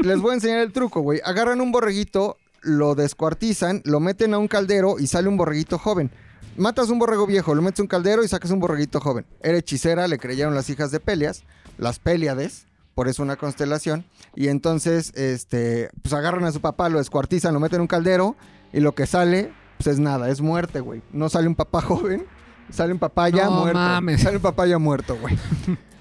S3: Les voy a enseñar el truco, güey. Agarran un borreguito, lo descuartizan, lo meten a un caldero y sale un borreguito joven. Matas un borrego viejo, lo metes a un caldero y sacas un borreguito joven. Era hechicera, le creyeron las hijas de Pelias, las Peliades, por eso una constelación. Y entonces, este, pues agarran a su papá, lo descuartizan, lo meten en un caldero y lo que sale, pues es nada, es muerte, güey. No sale un papá joven, sale un papá ya
S1: No
S3: muerto.
S1: mames.
S3: Sale un papá ya muerto, güey.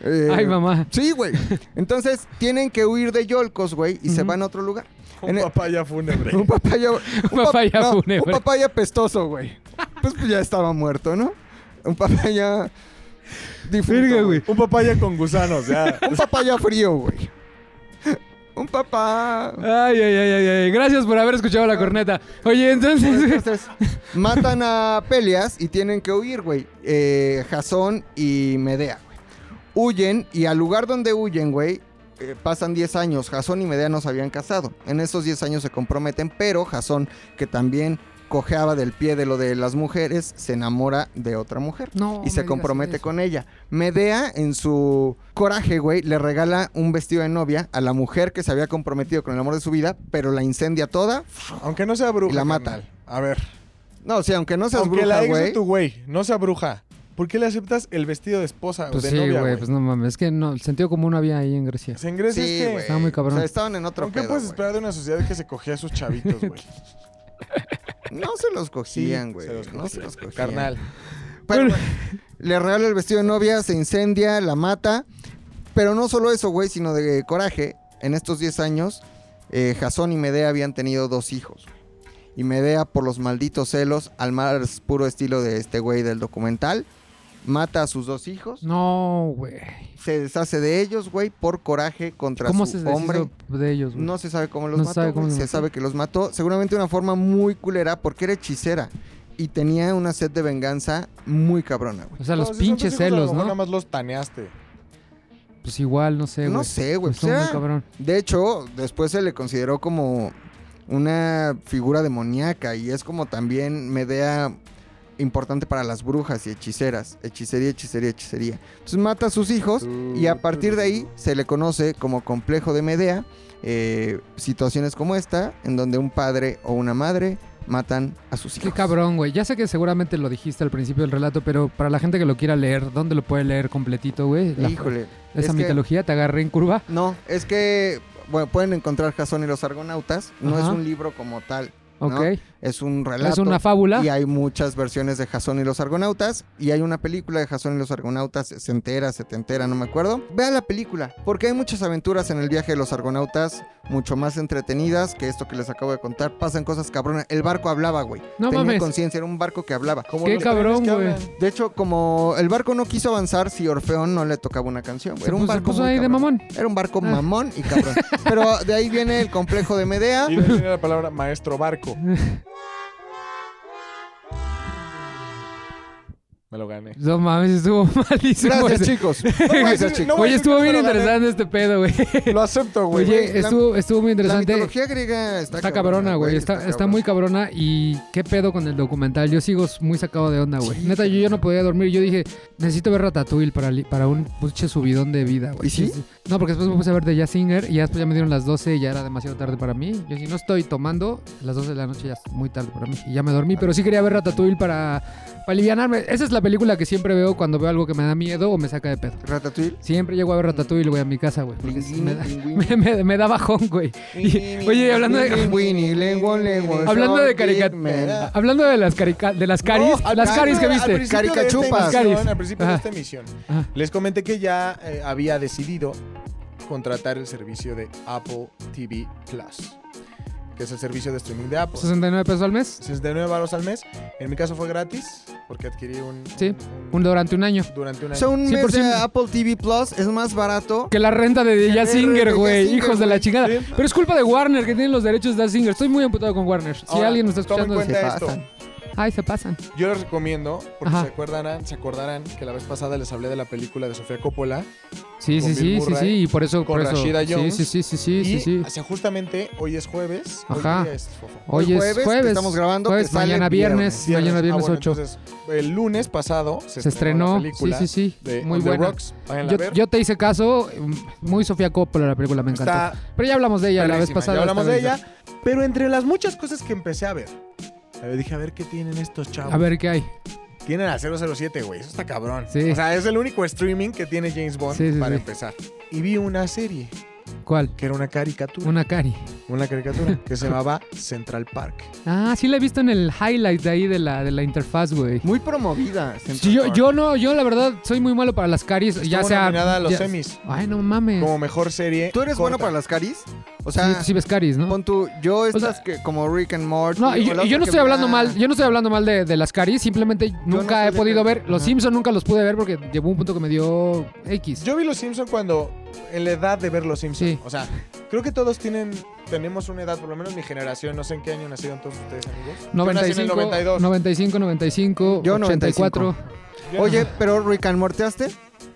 S3: Eh,
S1: Ay, mamá.
S3: Sí, güey. Entonces tienen que huir de Yolcos, güey, y se
S1: Ujú.
S3: van a otro lugar.
S2: Un
S3: En-
S2: papá ya fúnebre.
S3: Un papaya. Un,
S1: papaya
S3: no,
S1: fúnebre.
S3: Un papaya pestoso, güey. Pues, pues, ya estaba muerto, ¿no? Un papaya. difunto,
S1: Verga, güey.
S2: Un papá ya con gusanos, ya.
S3: Un papaya frío, güey. Un papá.
S1: Ay, ay, ay, ay, ay. Gracias por haber escuchado la corneta. Oye, entonces.
S3: Entonces, matan a Pelias y tienen que huir, güey. Eh, Jasón y Medea, güey. Huyen y al lugar donde huyen, güey, eh, pasan 10 años. Jasón y Medea no se habían casado. En esos 10 años se comprometen, pero Jasón, que también cojeaba del pie de lo de las mujeres, se enamora de otra mujer
S1: No.
S3: y se compromete con ella. Medea, en su coraje, güey, le regala un vestido de novia a la mujer que se había comprometido con el amor de su vida, pero la incendia toda.
S2: Aunque no sea bruja.
S3: Y la mata.
S2: carnal. A ver.
S3: No, o sea, aunque no seas
S2: Aunque
S3: bruja,
S2: la ex de
S3: güey.
S2: tu güey no sea bruja, ¿por qué le aceptas el vestido de esposa
S1: Pues
S2: o de
S1: sí,
S2: novia,
S1: güey,
S2: güey?
S1: pues no mames. Es que no, el sentido común había ahí en Grecia.
S2: O sea, en Grecia
S3: Sí,
S2: es que...
S3: güey.
S1: Está muy cabrón.
S3: O sea, estaban en otro
S2: este- ¿Con qué
S3: pedo,
S2: puedes
S3: güey.
S2: esperar de una sociedad que se cogía a sus chavitos, güey?
S3: No se los cogían, güey.
S2: se los
S3: no se
S2: cogían.
S3: los cogían.
S2: Carnal.
S3: Pero, güey, le regala el vestido de novia, se incendia, la mata. Pero no solo eso, güey, sino de coraje. En estos 10 años, eh, Jasón y Medea habían tenido dos hijos. Y Medea, por los malditos celos, al más puro estilo de este güey del documental, mata a sus dos hijos.
S1: No, güey.
S3: Se deshace de ellos, güey, por coraje contra
S1: ¿Cómo se
S3: su
S1: deshizo
S3: hombre.
S1: de ellos, güey?
S3: No se sabe cómo los
S1: No se
S3: mató.
S1: sabe cómo
S3: güey.
S1: los
S3: se
S1: mató.
S3: sabe que los mató. Seguramente de una forma muy culera porque era hechicera. Y tenía una sed de venganza muy cabrona, güey.
S1: O sea, los
S2: No, si son
S1: pinches
S2: tus hijos, a lo
S1: celos,
S2: mejor Nada
S1: ¿no?
S2: más los taneaste.
S1: Pues igual, no sé, güey.
S3: No sé, güey.
S1: Pues son
S3: o sea,
S1: muy cabrón.
S3: de hecho, después se le consideró como una figura demoníaca y es como también Medea importante para las brujas y hechiceras. Hechicería, hechicería, hechicería. Entonces mata a sus hijos y a partir de ahí se le conoce como complejo de Medea. eh, situaciones como esta, en donde un padre o una madre matan a sus
S1: Qué
S3: hijos.
S1: cabrón, güey. Ya sé que seguramente lo dijiste al principio del relato, pero para la gente que lo quiera leer, ¿dónde lo puede leer completito, güey? La-
S3: Híjole.
S1: Esa
S3: es que-
S1: mitología te agarré en curva.
S3: No, es que bueno, pueden encontrar Jasón y los Argonautas. No
S1: Ajá.
S3: es un libro como tal,
S1: Ok.
S3: es un relato.
S1: Es una fábula.
S3: Y hay muchas versiones de Jasón y los Argonautas. Y hay una película de Jasón y los Argonautas, se entera, se te entera, no me acuerdo. Vea la película, porque hay muchas aventuras en el viaje de los Argonautas, mucho más entretenidas que esto que les acabo de contar. Pasan cosas cabronas. El barco hablaba, güey.
S1: No
S3: Tenía
S1: mames.
S3: conciencia, era un barco que hablaba.
S2: Como
S1: Qué
S2: los trenes
S1: cabrón,
S2: que
S1: güey.
S2: hablan.
S3: De hecho, como el barco no quiso avanzar si Orfeón no le tocaba una canción. güey.
S1: Se
S3: Era un
S1: puso-
S3: barco
S1: puso
S3: muy
S1: ahí de
S3: cabrón.
S1: mamón.
S3: Era un barco
S1: Ah.
S3: mamón y cabrón. Pero de ahí viene el complejo de Medea.
S2: Y de ahí viene la palabra maestro barco. Me lo gané.
S1: No mames, estuvo malísimo.
S3: Gracias,
S1: ese.
S3: chicos. Gracias,
S2: No,
S3: chicos.
S2: voy
S1: Oye,
S2: a decir
S1: estuvo
S2: que
S1: bien
S2: me lo gané.
S1: interesante este pedo, güey.
S2: Lo acepto, güey.
S1: Oye, eh, estuvo, estuvo muy
S3: La
S1: interesante.
S3: mitología griega está,
S1: Está cabrona, güey. Está, está, muy cabrona. Y qué pedo con el documental. Yo sigo muy sacado de onda, güey.
S3: Sí,
S1: Neta, yo ya no podía dormir. Yo dije, necesito ver Ratatouille para, li- para un pinche subidón de vida, güey.
S3: ¿Y sí?
S1: No, porque después me puse a ver de Jazzinger y ya después ya me dieron las 12 y ya era demasiado tarde para mí. Yo si no estoy tomando, a las 12 de la noche ya es muy tarde para mí. Y ya me dormí,
S3: Ah.
S1: pero sí quería ver Ratatouille para, para alivianarme. Esa es la película que siempre veo cuando veo algo que me da miedo o me saca de pedo.
S3: Ratatouille.
S1: Siempre llego a ver Ratatouille, güey, a mi casa, güey. porque sí Me da,
S3: Linguini,
S1: me, me- me da bajón, güey. Y- oye, hablando de...
S3: Linguini, lenguo, lenguo,
S1: Hablando de carica-
S3: showbiz,
S1: Hablando de las, carica- de las caris,
S2: No, al
S1: las caris que
S2: principio- al
S1: viste.
S2: principio de esta
S3: Caricachupas.
S2: emisión,
S1: Caris.
S2: Al principio
S1: Ajá.
S2: de esta emisión,
S1: Ajá.
S2: les comenté que ya eh, había decidido contratar el servicio de Apple TV Plus, que es el servicio de streaming de Apple.
S1: 69 pesos al mes,
S2: 69 baros al mes. En mi caso fue gratis, porque adquirí un.
S1: Sí, un- durante un año.
S2: durante un
S3: man.
S2: año.
S3: So, un
S1: Sí, por
S3: mes de
S1: sí.
S3: Apple TV Plus es más barato.
S1: Que la renta de
S3: la renta
S1: Jazzinger,
S3: de
S1: güey.
S3: Jazzinger,
S1: Hijos de la
S3: güey.
S1: chingada.
S2: Sí.
S1: Pero es culpa de Warner que tienen los derechos de Jazzinger. Estoy muy amputado con Warner. Si
S2: Ahora,
S1: alguien nos está
S2: toma en
S1: escuchando,
S2: cuenta
S3: se
S2: esto.
S3: pasan.
S1: ay, se pasan.
S2: Yo les recomiendo, porque
S1: Ajá.
S2: se acordarán, se acordarán que la vez pasada les hablé de la película de Sofía Coppola.
S1: Sí,
S2: Con
S1: sí, sí,
S2: Bill
S1: sí,
S2: Murray,
S1: sí. Y por eso,
S2: con
S1: por eso.
S2: Rashida
S1: Sí,
S2: Jones,
S1: sí, sí, sí, sí,
S2: Y
S1: sí, sí.
S2: o sea, justamente hoy es jueves.
S1: Ajá.
S2: Hoy día es fofo.
S1: Hoy
S3: Hoy
S1: es
S3: jueves que
S1: jueves,
S3: estamos grabando, que
S1: jueves,
S3: sale
S1: mañana viernes,
S2: Viernes.
S1: mañana viernes
S2: Ah, bueno,
S1: 8.
S2: entonces, el lunes pasado se,
S1: se estrenó,
S2: la
S1: sí,
S2: película
S1: sí, sí,
S2: de
S1: muy
S2: On the
S1: buena.
S2: Rocks. Váyanla
S1: Yo,
S2: a ver.
S1: yo te hice caso, muy Sofía Coppola la película, me encantó.
S2: Está
S1: Pero ya hablamos de ella la vez
S2: Perrísima,
S1: pasada.
S2: Ya hablamos de
S1: está
S2: ella. Pero entre las muchas cosas que empecé a ver, a ver, dije, a ver qué tienen estos chavos.
S1: bien. A ver qué hay.
S2: Tienen a 007, güey. Eso está cabrón.
S1: Sí.
S2: O sea, es el único streaming que tiene James Bond
S1: Sí, sí,
S2: para
S1: sí.
S2: empezar. Y vi una serie
S1: ¿Cuál?
S2: que era una caricatura. Una,
S1: Una cari.
S2: caricatura que se llamaba Central Park.
S1: Ah, sí la he visto en el highlight de ahí de la, de la interfaz, güey.
S3: Muy promovida.
S1: Sí, yo, yo no, yo la verdad soy muy malo para las caries, ya
S2: Estuvo
S1: sea...
S2: nominada a los
S1: ya-
S2: Emmys
S1: Ay, no mames.
S2: como mejor serie.
S3: ¿Tú eres
S2: corta.
S3: bueno para las caris? O
S1: Sí,
S3: sea,
S1: tú sí ves caries, ¿no?
S3: pon tú, yo
S1: sea-
S3: estas que como Rick and Morty.
S1: No, y
S3: o
S1: yo,
S3: la
S1: y yo no
S3: otra que
S1: estoy
S3: me
S1: hablando
S3: da-
S1: mal, yo no estoy hablando mal de, de las caries, simplemente nunca
S3: no
S1: he
S3: soy de
S1: podido
S3: caries.
S1: ver, los
S3: Ajá.
S1: Simpson nunca los pude ver porque llegó un punto que me dio X.
S2: Yo vi Los Simpson cuando en la edad de ver Los Simpson.
S1: Sí.
S2: O sea, creo que todos tienen tenemos una edad, por lo menos mi generación, no sé en qué año nacieron todos ustedes, amigos. Yo nací en el
S1: 95,
S2: 92.
S1: 95, 95,
S3: Yo
S1: 84.
S2: Yo no
S3: Oye,
S2: sé.
S3: pero Rick and Morteaste.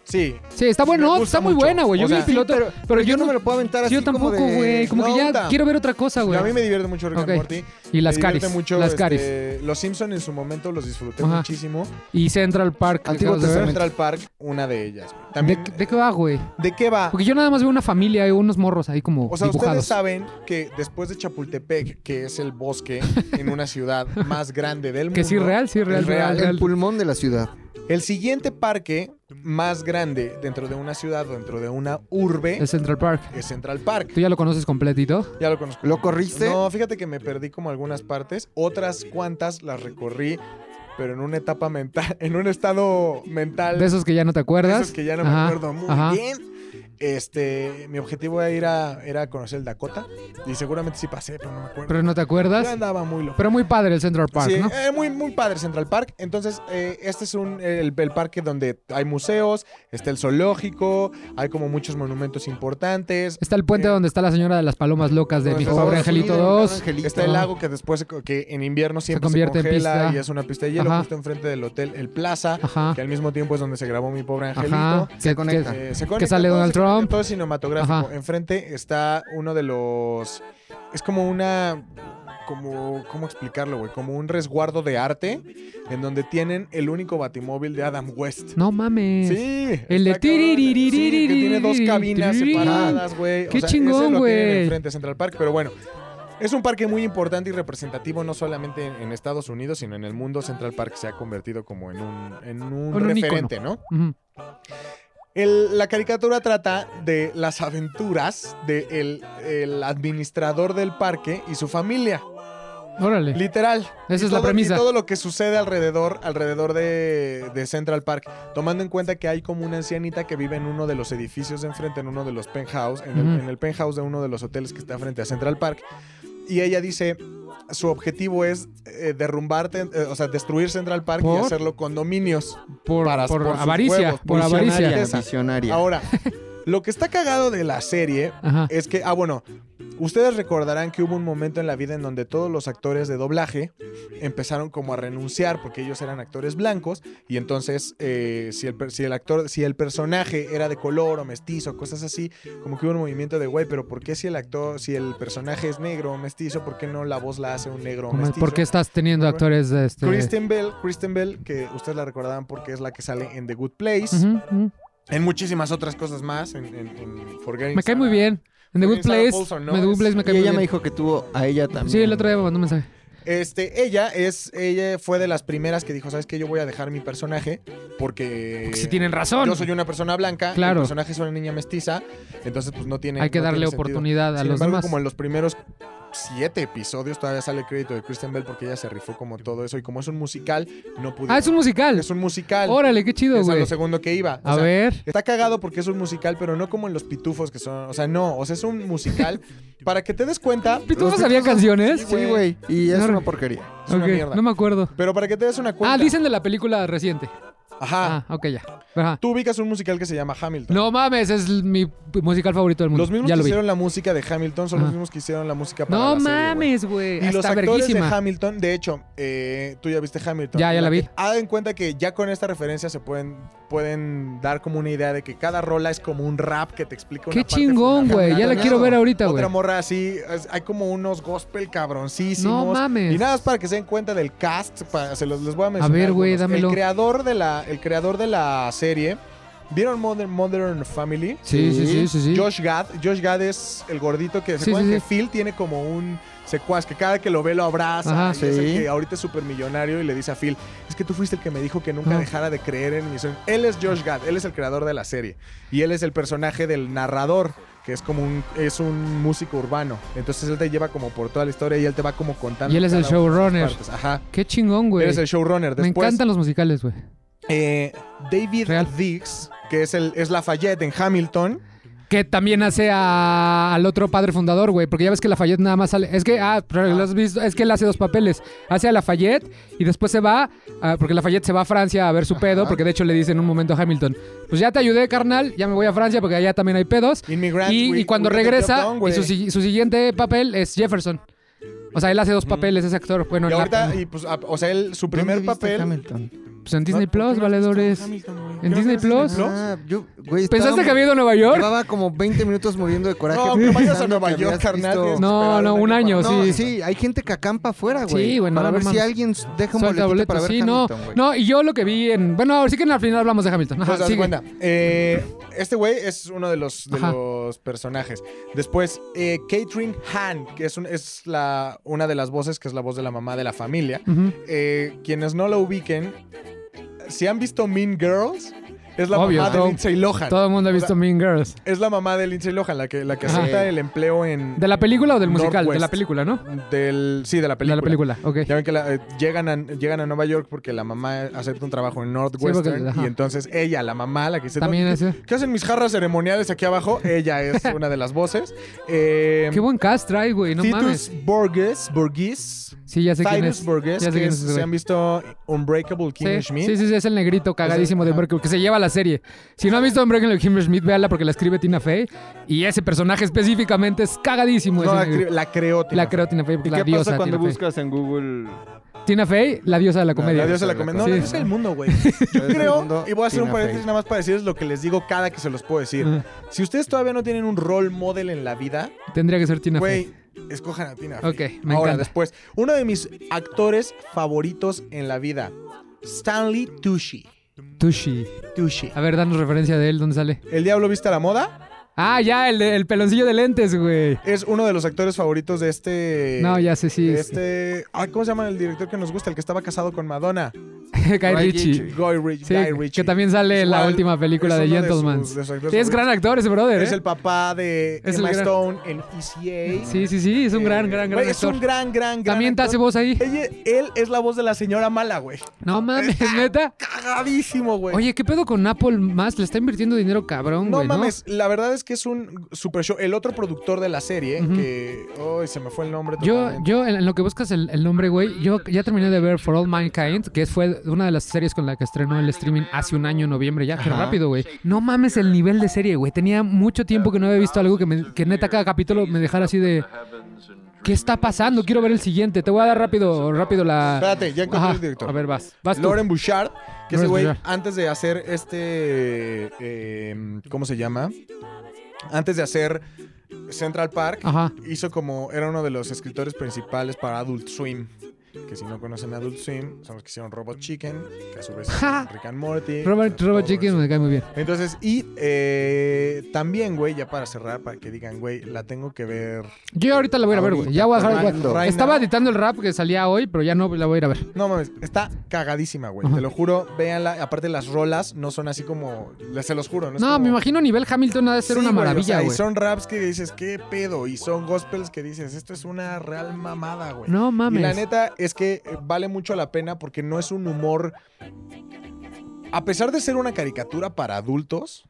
S2: Sí.
S1: Sí, está
S2: Me
S1: bueno,
S2: gusta
S1: está muy
S2: mucho.
S1: buena, güey. Yo
S2: O
S1: vi
S2: sea,
S1: el piloto,
S3: pero,
S1: pero,
S3: pero yo no me lo puedo aventar así.
S1: Yo tampoco,
S3: como de-
S1: güey. Como,
S2: no,
S1: que ya
S2: onda.
S1: quiero ver otra cosa, Ah, güey.
S2: A mí me divierte mucho Rick
S1: Ok.
S2: and Morty.
S1: Y las
S2: Me divierte
S1: caries.
S2: mucho,
S1: las
S2: este,
S1: caries.
S2: Los Simpson en su momento los disfruté
S1: Ajá.
S2: muchísimo.
S1: Y Central Park.
S3: Antiguo
S1: acabas de ver.
S2: Central Park, una de ellas. güey.
S1: ¿De,
S2: También,
S1: de qué va, güey?
S2: ¿De qué va?
S1: Porque yo nada más veo una familia y unos morros ahí como
S2: O sea, ustedes
S1: dibujados.
S2: saben que después de Chapultepec, que es el bosque en una ciudad más grande del mundo,
S1: Que sí, real, sí, real,
S2: Es real.
S1: real. real.
S3: El pulmón de la ciudad.
S2: el siguiente parque más grande dentro de una ciudad o dentro de una urbe
S1: El Central Park.
S2: es Central Park.
S1: ¿Tú ya lo conoces completito?
S2: Ya lo conozco.
S3: ¿Lo corriste?
S2: No, fíjate que me perdí como algunas partes, otras cuantas las recorrí, pero en una etapa mental, en un estado mental
S1: De esos que ya no te
S2: de
S1: acuerdas.
S2: esos que ya no me
S1: Ajá,
S2: acuerdo muy
S1: ajá.
S2: bien. Este, mi objetivo era ir a, era conocer el Dakota y seguramente sí pasé, pero no me acuerdo.
S1: Pero no te acuerdas.
S2: Yo andaba muy loco.
S1: Pero muy padre el Central Park,
S2: Sí,
S1: ¿no?
S2: eh, muy, muy padre Central Park. Entonces, eh, este es un, el, el parque donde hay museos, está el zoológico, hay como muchos monumentos importantes.
S1: Está el puente
S2: eh,
S1: donde está la señora de las palomas locas de
S2: no,
S1: mi
S2: está-
S1: pobre
S2: sí,
S1: Angelito
S3: de Mi
S1: 2.
S3: Pobre Angelito.
S2: Está el lago que después, se co- que en invierno siempre se,
S1: convierte en
S2: congela
S1: pista.
S2: y es una pista de hielo
S1: Ajá.
S2: justo enfrente del hotel El Plaza,
S1: Ajá.
S2: que al mismo tiempo es donde se grabó mi pobre Angelito.
S1: Ajá.
S3: Se
S1: Que-
S3: conecta.
S1: que-
S2: Eh, se conecta
S1: sale
S2: todo,
S1: Donald
S2: se conecta
S1: Trump.
S2: Todo cinematográfico.
S1: Ajá.
S2: Enfrente está uno de los. Es como una. Como, ¿Cómo explicarlo, güey? Como un resguardo de arte en donde tienen el único batimóvil de Adam West.
S1: No mames.
S2: Sí.
S1: El de
S2: está cabrón.
S1: tiririririri,
S2: Sí, que tiene dos cabinas
S1: tiriri.
S2: separadas, güey.
S1: Qué
S2: ese
S1: chingón,
S2: lo tienen
S1: güey.
S2: Enfrente de Central Park, pero bueno. Es un parque muy importante y representativo no solamente en en Estados Unidos, sino en el mundo. Central Park se ha convertido como en un, en
S1: En
S2: un
S1: un ícono.
S2: referente, ¿no?
S1: Ujú.
S2: El- la caricatura trata de las aventuras del de el- el administrador del parque y su familia.
S1: Órale.
S2: Literal.
S1: Esa
S2: Y
S1: es la
S2: todo-
S1: premisa.
S2: Y todo lo que sucede alrededor, alrededor de, de Central Park. Tomando en cuenta que hay como una ancianita que vive en uno de los edificios de enfrente, en uno de los penthouse, en, el,
S1: Ujú.
S2: en el penthouse de uno de los hoteles que está frente a Central Park. Y ella dice, su objetivo es eh, derrumbar, ten- eh, o sea, destruir Central Park
S1: ¿Por?
S2: y hacerlo condominios.
S1: por,
S2: para-
S1: por
S2: por sus
S1: avaricia,
S2: huevos,
S1: por
S3: Visionaria,
S1: avaricia.
S2: Esa.
S3: visionaria.
S2: Ahora, lo que está cagado de la serie
S1: Ajá.
S2: es que, ah, bueno, ustedes recordarán que hubo un momento en la vida en donde todos los actores de doblaje empezaron como a renunciar porque ellos eran actores blancos y entonces eh, si, el, per- si el actor, si el personaje era de color o mestizo, cosas así, como que hubo un movimiento de, güey, pero ¿por qué si el actor, si el personaje es negro o mestizo, por qué no la voz la hace un negro o
S1: Como,
S2: mestizo?
S1: ¿Por qué estás teniendo
S2: Bueno,
S1: actores de este?
S2: Kristen Bell, Kristen Bell, que ustedes la recordarán porque es la que sale en The Good Place,
S1: Ujú, ujú.
S2: en muchísimas otras cosas más, en, en, en Forgetting
S1: Me cae muy
S2: Sarah.
S1: bien. En The Good
S2: Sarah
S1: Place,
S2: Paulson, ¿no?
S1: me- The Good Place me cae
S3: Y
S1: muy
S3: ella me
S1: bien.
S3: dijo que tuvo a ella también.
S1: Sí, el otro día me mandó un mensaje.
S2: Este, ella es, ella fue de las primeras que dijo, ¿sabes qué? Yo voy a dejar mi personaje porque...
S1: si tienen razón.
S2: Eh, Yo soy una persona blanca,
S1: Claro.
S2: el personaje es una niña mestiza, entonces pues no tiene...
S1: Hay que
S2: no
S1: darle
S2: tiene sentido.
S1: oportunidad a
S2: Sin
S1: los
S2: embargo,
S1: demás.
S2: como en los primeros siete episodios todavía sale el crédito de Kristen Bell porque ella se rifó como todo eso y como es un musical, no pude...
S1: Ah, es un musical.
S2: Es un musical.
S1: Órale, qué chido,
S2: es a
S1: güey.
S2: lo segundo que iba. O
S1: A
S2: sea,
S1: ver.
S2: Está cagado porque es un musical, pero no como en los pitufos que son... O sea, no, o sea, es un musical para que te des cuenta...
S1: ¿Pitufos
S2: los
S1: sabían canciones?
S3: Sí, güey. Y es
S1: No,
S3: una
S1: re-
S3: porquería.
S2: Es una
S1: Ok,
S2: mierda.
S1: no me acuerdo.
S2: Pero para que te des una cuenta...
S1: Ah, dicen de la película reciente.
S2: Ajá.
S1: Ah, ok, ya. Ajá.
S2: Tú ubicas un musical que se llama Hamilton.
S1: No mames, es mi musical favorito del mundo.
S2: Los mismos
S1: ya
S2: que
S1: lo vi.
S2: hicieron la música de Hamilton son los
S1: Ajá.
S2: mismos que hicieron la música para
S1: No
S2: la serie, güey.
S1: mames, güey.
S2: Y los
S1: Está
S2: actores de
S1: verguísima.
S2: Hamilton, de hecho, eh, tú ya viste Hamilton.
S1: Ya, ya la vi.
S2: que- Haz en cuenta que ya con esta referencia se pueden, pueden dar como una idea de que cada rola es como un rap que te explica una
S1: Qué
S2: parte
S1: chingón,
S2: fundamental.
S1: güey. Ya la
S2: Claro.
S1: quiero ver ahorita, güey.
S2: Otra morra así, es- hay como unos gospel cabroncísimos.
S1: No mames.
S2: Y nada más para que se den cuenta del cast, para- se los les voy a mencionar.
S1: ver, güey,
S2: algunos.
S1: dámelo.
S2: El creador de la, el creador de la serie, ¿vieron Modern, Modern Family?
S1: Sí, sí, sí, sí, sí.
S2: Josh Gad, Josh Gad es el gordito que se
S1: Sí,
S2: acuerdan
S1: sí,
S2: que
S1: sí.
S2: Phil tiene como un secuaz que cada que lo ve lo abraza
S1: Ajá,
S2: y es el
S3: sí.
S2: que ahorita es súper millonario y le dice a Phil, es que tú fuiste el que me dijo que nunca
S1: Ajá.
S2: dejara de creer en mi sueño. Él es Josh Gad, él es el creador de la serie y él es el personaje del narrador que es como un es un músico urbano. Entonces él te lleva como por toda la historia y él te va como contando
S1: Y él es el
S2: cada una de las
S1: showrunner.
S2: partes. Ajá.
S1: Qué chingón, güey.
S2: Él es el showrunner.
S1: Me
S2: Después,
S1: encantan los musicales, güey.
S2: eh, David
S1: Real.
S2: Diggs, que es el es Lafayette en Hamilton.
S1: Que también hace a- al otro padre fundador, güey. Porque ya ves que Lafayette nada más sale. Es que, ah, pero lo has visto. Es que él hace dos papeles. Hace a Lafayette y después se va. ah, porque Lafayette se va a Francia a ver su pedo. Porque de hecho le dice en un momento a Hamilton: Pues ya te ayudé, carnal. Ya me voy a Francia porque allá también hay pedos.
S2: Immigrant,
S1: Y,
S2: we-
S1: y cuando
S2: we get the
S1: regresa,
S2: job done,
S1: y
S2: güey.
S1: su, si- su siguiente papel es Jefferson. O sea, él hace dos papeles, ese actor. Bueno,
S2: y
S1: en la-
S2: ahorita, y pues, a- o sea, él, su primer
S3: ¿Dónde viste
S2: papel,
S3: Hamilton?
S1: Pues en Disney Plus, valedores. En
S2: ¿En
S1: Disney
S2: Disney
S1: Plus.
S2: Plus?
S3: Ah, yo, güey,
S1: ¿Pensaste
S3: estaba-
S1: que había ido a Nueva York?
S3: Llevaba como 20 minutos muriendo de coraje.
S2: No, que vayas a
S3: pensando
S2: Nueva
S3: que
S2: York,
S3: habías
S2: carnal.
S3: visto-
S2: tienes que
S1: No,
S2: esperar
S1: no,
S2: el
S1: un año,
S2: pasado.
S3: No,
S1: sí.
S3: sí, hay gente que acampa afuera, güey.
S1: Sí, güey, no,
S3: Para
S1: no
S3: ver si
S1: mames.
S3: alguien deja un
S1: Suelta
S3: boletito
S1: boleto,
S3: para ver
S1: sí,
S3: Hamilton,
S1: no.
S3: güey.
S1: No, y yo lo que vi en. Bueno, ahora sí que al final hablamos de Hamilton. Ajá,
S2: Pues, haz de
S1: sigue.
S2: cuenta, eh, este güey es uno de los, de
S1: Ajá.
S2: los personajes. Después, eh, Catherine Han, que es, un- es la, una de las voces, que es la voz de la mamá de la familia.
S1: Ujú.
S2: Eh, quienes no la ubiquen, si han visto Mean Girls, es la
S1: Obvio,
S2: mamá
S1: todo-
S2: de Lindsay Lohan.
S1: Todo el mundo ha
S2: O
S1: visto
S2: sea,
S1: Mean Girls.
S2: Es la mamá de Lindsay Lohan, la que, la que
S1: Ajá.
S2: acepta el empleo en...
S1: ¿De la película o del musical? De la
S2: Northwest.
S1: película, ¿no?
S2: Del, sí, de la
S1: De
S2: película.
S1: la película, ok.
S2: Ya ven que la- eh, llegan, a, llegan a Nueva York porque la mamá acepta un trabajo en Northwestern
S1: porque- ajá.
S2: y entonces ella, la mamá, la que dice,
S1: También
S2: "¿Dónde-
S1: ese.
S2: ¿Qué hacen mis jarras ceremoniales aquí abajo? Ella es una de las voces. Eh,
S1: Qué buen cast trae, güey, no
S2: Titus
S1: mames.
S2: Borges, Borges,
S1: Sí, ya sé quién es.
S2: Titus Borges,
S1: Ya sé
S2: que
S1: quién
S2: es-
S1: es ese güey.
S2: se han visto Unbreakable Kimmy
S1: Sí,
S2: Schmidt.
S1: sí, sí, sí, es el negrito cagadísimo de
S2: ajá.
S1: Unbreakable, que se lleva la serie. Si no han visto Unbreakable Kimber Schmidt, véala porque la escribe Tina Fey. Y ese personaje específicamente es cagadísimo.
S2: No,
S1: ese
S2: la,
S1: negro.
S2: cre- la creó. Tina
S1: La
S2: Fey.
S1: creó Tina Fey,
S5: ¿Y
S1: la
S5: qué
S1: diosa
S5: pasa cuando
S1: Tina Fey.
S5: buscas en Google?
S1: Tina Fey, la diosa de la comedia.
S2: La diosa de la comedia. No, la
S1: Sí.
S2: diosa del mundo, güey.
S3: Yo
S2: Creo, y voy a hacer un paréntesis nada más para decirles lo que les digo cada que se los puedo decir.
S1: Ajá.
S2: Si ustedes todavía no tienen un role model en la vida,
S1: Tendría que ser Tina Fey.
S2: güey, escojan a Tina Fey.
S1: Ok, me
S2: Ahora,
S1: encanta.
S2: después, uno de mis actores favoritos en la vida, Stanley Tucci.
S1: Tushi.
S2: Tucci.
S1: A ver, danos referencia de él, ¿dónde sale?
S2: El Diablo Vista a la Moda
S1: Ah, ya, el, de- el peloncillo de lentes, güey.
S2: es uno de los actores favoritos de este...
S1: No, ya sé, sí.
S2: de este... Ay, ¿Cómo se llama el director que nos gusta? El que estaba casado con Madonna.
S1: Guy
S3: Guy
S1: Ritchie.
S3: Ritchie.
S2: Guy Ritchie.
S1: Sí,
S2: Guy Ritchie.
S1: que también sale en la
S2: Igual,
S1: última película
S2: es
S1: de
S2: uno sus-
S1: Gentleman.
S2: de sus actores
S1: Sí, es
S2: favoritos.
S1: gran actor ese brother,
S2: Es
S1: ¿eh?
S2: el papá de
S1: Es
S2: Emma
S1: el gran-
S2: Stone en ECA.
S1: Sí, sí, sí, es un gran,
S2: Eh,
S1: gran, gran
S2: güey, Es
S1: actor.
S2: un gran, gran, gran
S1: También te hace
S2: actor. Eh,
S1: voz ahí.
S2: Ella- él es la voz de la señora mala, güey.
S1: No mames,
S2: eh,
S1: neta.
S2: Cagadísimo, güey.
S1: Oye, ¿qué pedo con Apple más? Le está invirtiendo dinero cabrón,
S2: pues. no
S1: güey, ¿no?
S2: mames, la verdad es que es un super show. El otro productor de la serie,
S1: Ujú.
S2: que. Ay, se me fue el nombre.
S1: Yo,
S2: totalmente.
S1: yo, en en lo que buscas el, el nombre, güey, yo ya terminé de ver For All Mankind, que fue una de las series con la que estrenó el streaming hace un año, en noviembre, ya, qué
S3: Ajá.
S1: rápido, güey. No mames el nivel de serie, güey. Tenía mucho tiempo que no había visto algo que, me- que neta cada capítulo me dejara así de... ¿Qué está pasando? Quiero ver el siguiente. Te voy a dar rápido, rápido la...
S2: Espérate, ya encontré
S1: Ajá,
S2: el director.
S1: A ver, vas. Vas tú.
S2: Lauren Bouchard, que ese
S1: Lauren
S2: güey,
S1: Bouchard.
S2: antes de hacer este. eh, ¿Cómo se llama? Antes de hacer Central Park,
S1: Ajá.
S2: hizo como. Era uno de los escritores principales para Adult Swim. Que si no conocen Adult Swim, son los que hicieron Robot Chicken, que a su vez
S1: Ja.
S2: hicieron Rick and Morty.
S1: Robert,
S2: todo
S1: Robert
S2: eso.
S1: Jenkins me cae muy bien.
S2: Entonces, y eh, también, güey, ya para cerrar, para que digan, güey, la tengo que ver.
S1: Yo ahorita la voy a ir a ver, güey.
S2: Ahorita,
S1: Ya voy a dejar...
S2: right- right
S1: Estaba
S2: now.
S1: editando el rap que salía hoy, pero ya no la voy a ir a ver.
S2: No mames, está cagadísima, güey.
S1: Ajá.
S2: Te lo juro, véanla. Aparte, las rolas no son así como. les- Se los juro, ¿no? es
S1: No,
S2: como-
S1: me imagino nivel Hamilton ha de ser
S2: Sí,
S1: una
S2: güey, o sea,
S1: maravilla,
S2: y
S1: güey.
S2: son raps que dices, ¿qué pedo? Y son gospels que dices, esto es una real mamada, güey.
S1: No
S2: y
S1: mames.
S2: la neta es que eh, vale mucho la pena porque no es un humor. A pesar de ser una caricatura para adultos,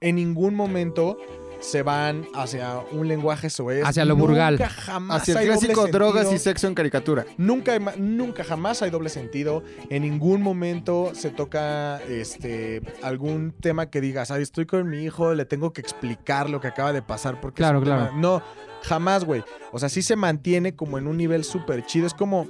S2: en ningún momento se van hacia un lenguaje soez.
S1: Hacia lo burgal.
S2: Nunca jamás
S3: Hacia el
S2: hay doble
S3: clásico drogas y
S2: sentido.
S3: sexo en caricatura.
S2: Nunca, hay ma- nunca jamás hay doble sentido. En ningún momento se toca este algún tema que digas, ay, estoy con mi hijo, le tengo que explicar lo que acaba de pasar porque es
S1: Claro,
S2: un
S1: claro.
S2: tema-". No, jamás, güey. O sea, sí se mantiene como en un nivel súper chido. Es como,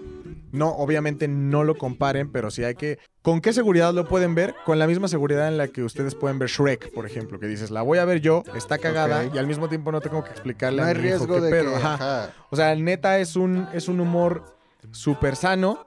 S2: no, obviamente no lo comparen, pero sí hay que. ¿Con qué seguridad lo pueden ver? Con la misma seguridad en la que ustedes pueden ver Shrek, por ejemplo, que dices, la voy a ver yo, está cagada
S3: Ok.
S2: y al mismo tiempo no tengo que explicarle a
S3: No hay
S2: mi hijo
S3: riesgo
S2: qué
S3: de
S2: pedo.
S3: que...
S2: Ajá.
S3: ajá.
S2: O sea, neta es un, es un humor súper sano.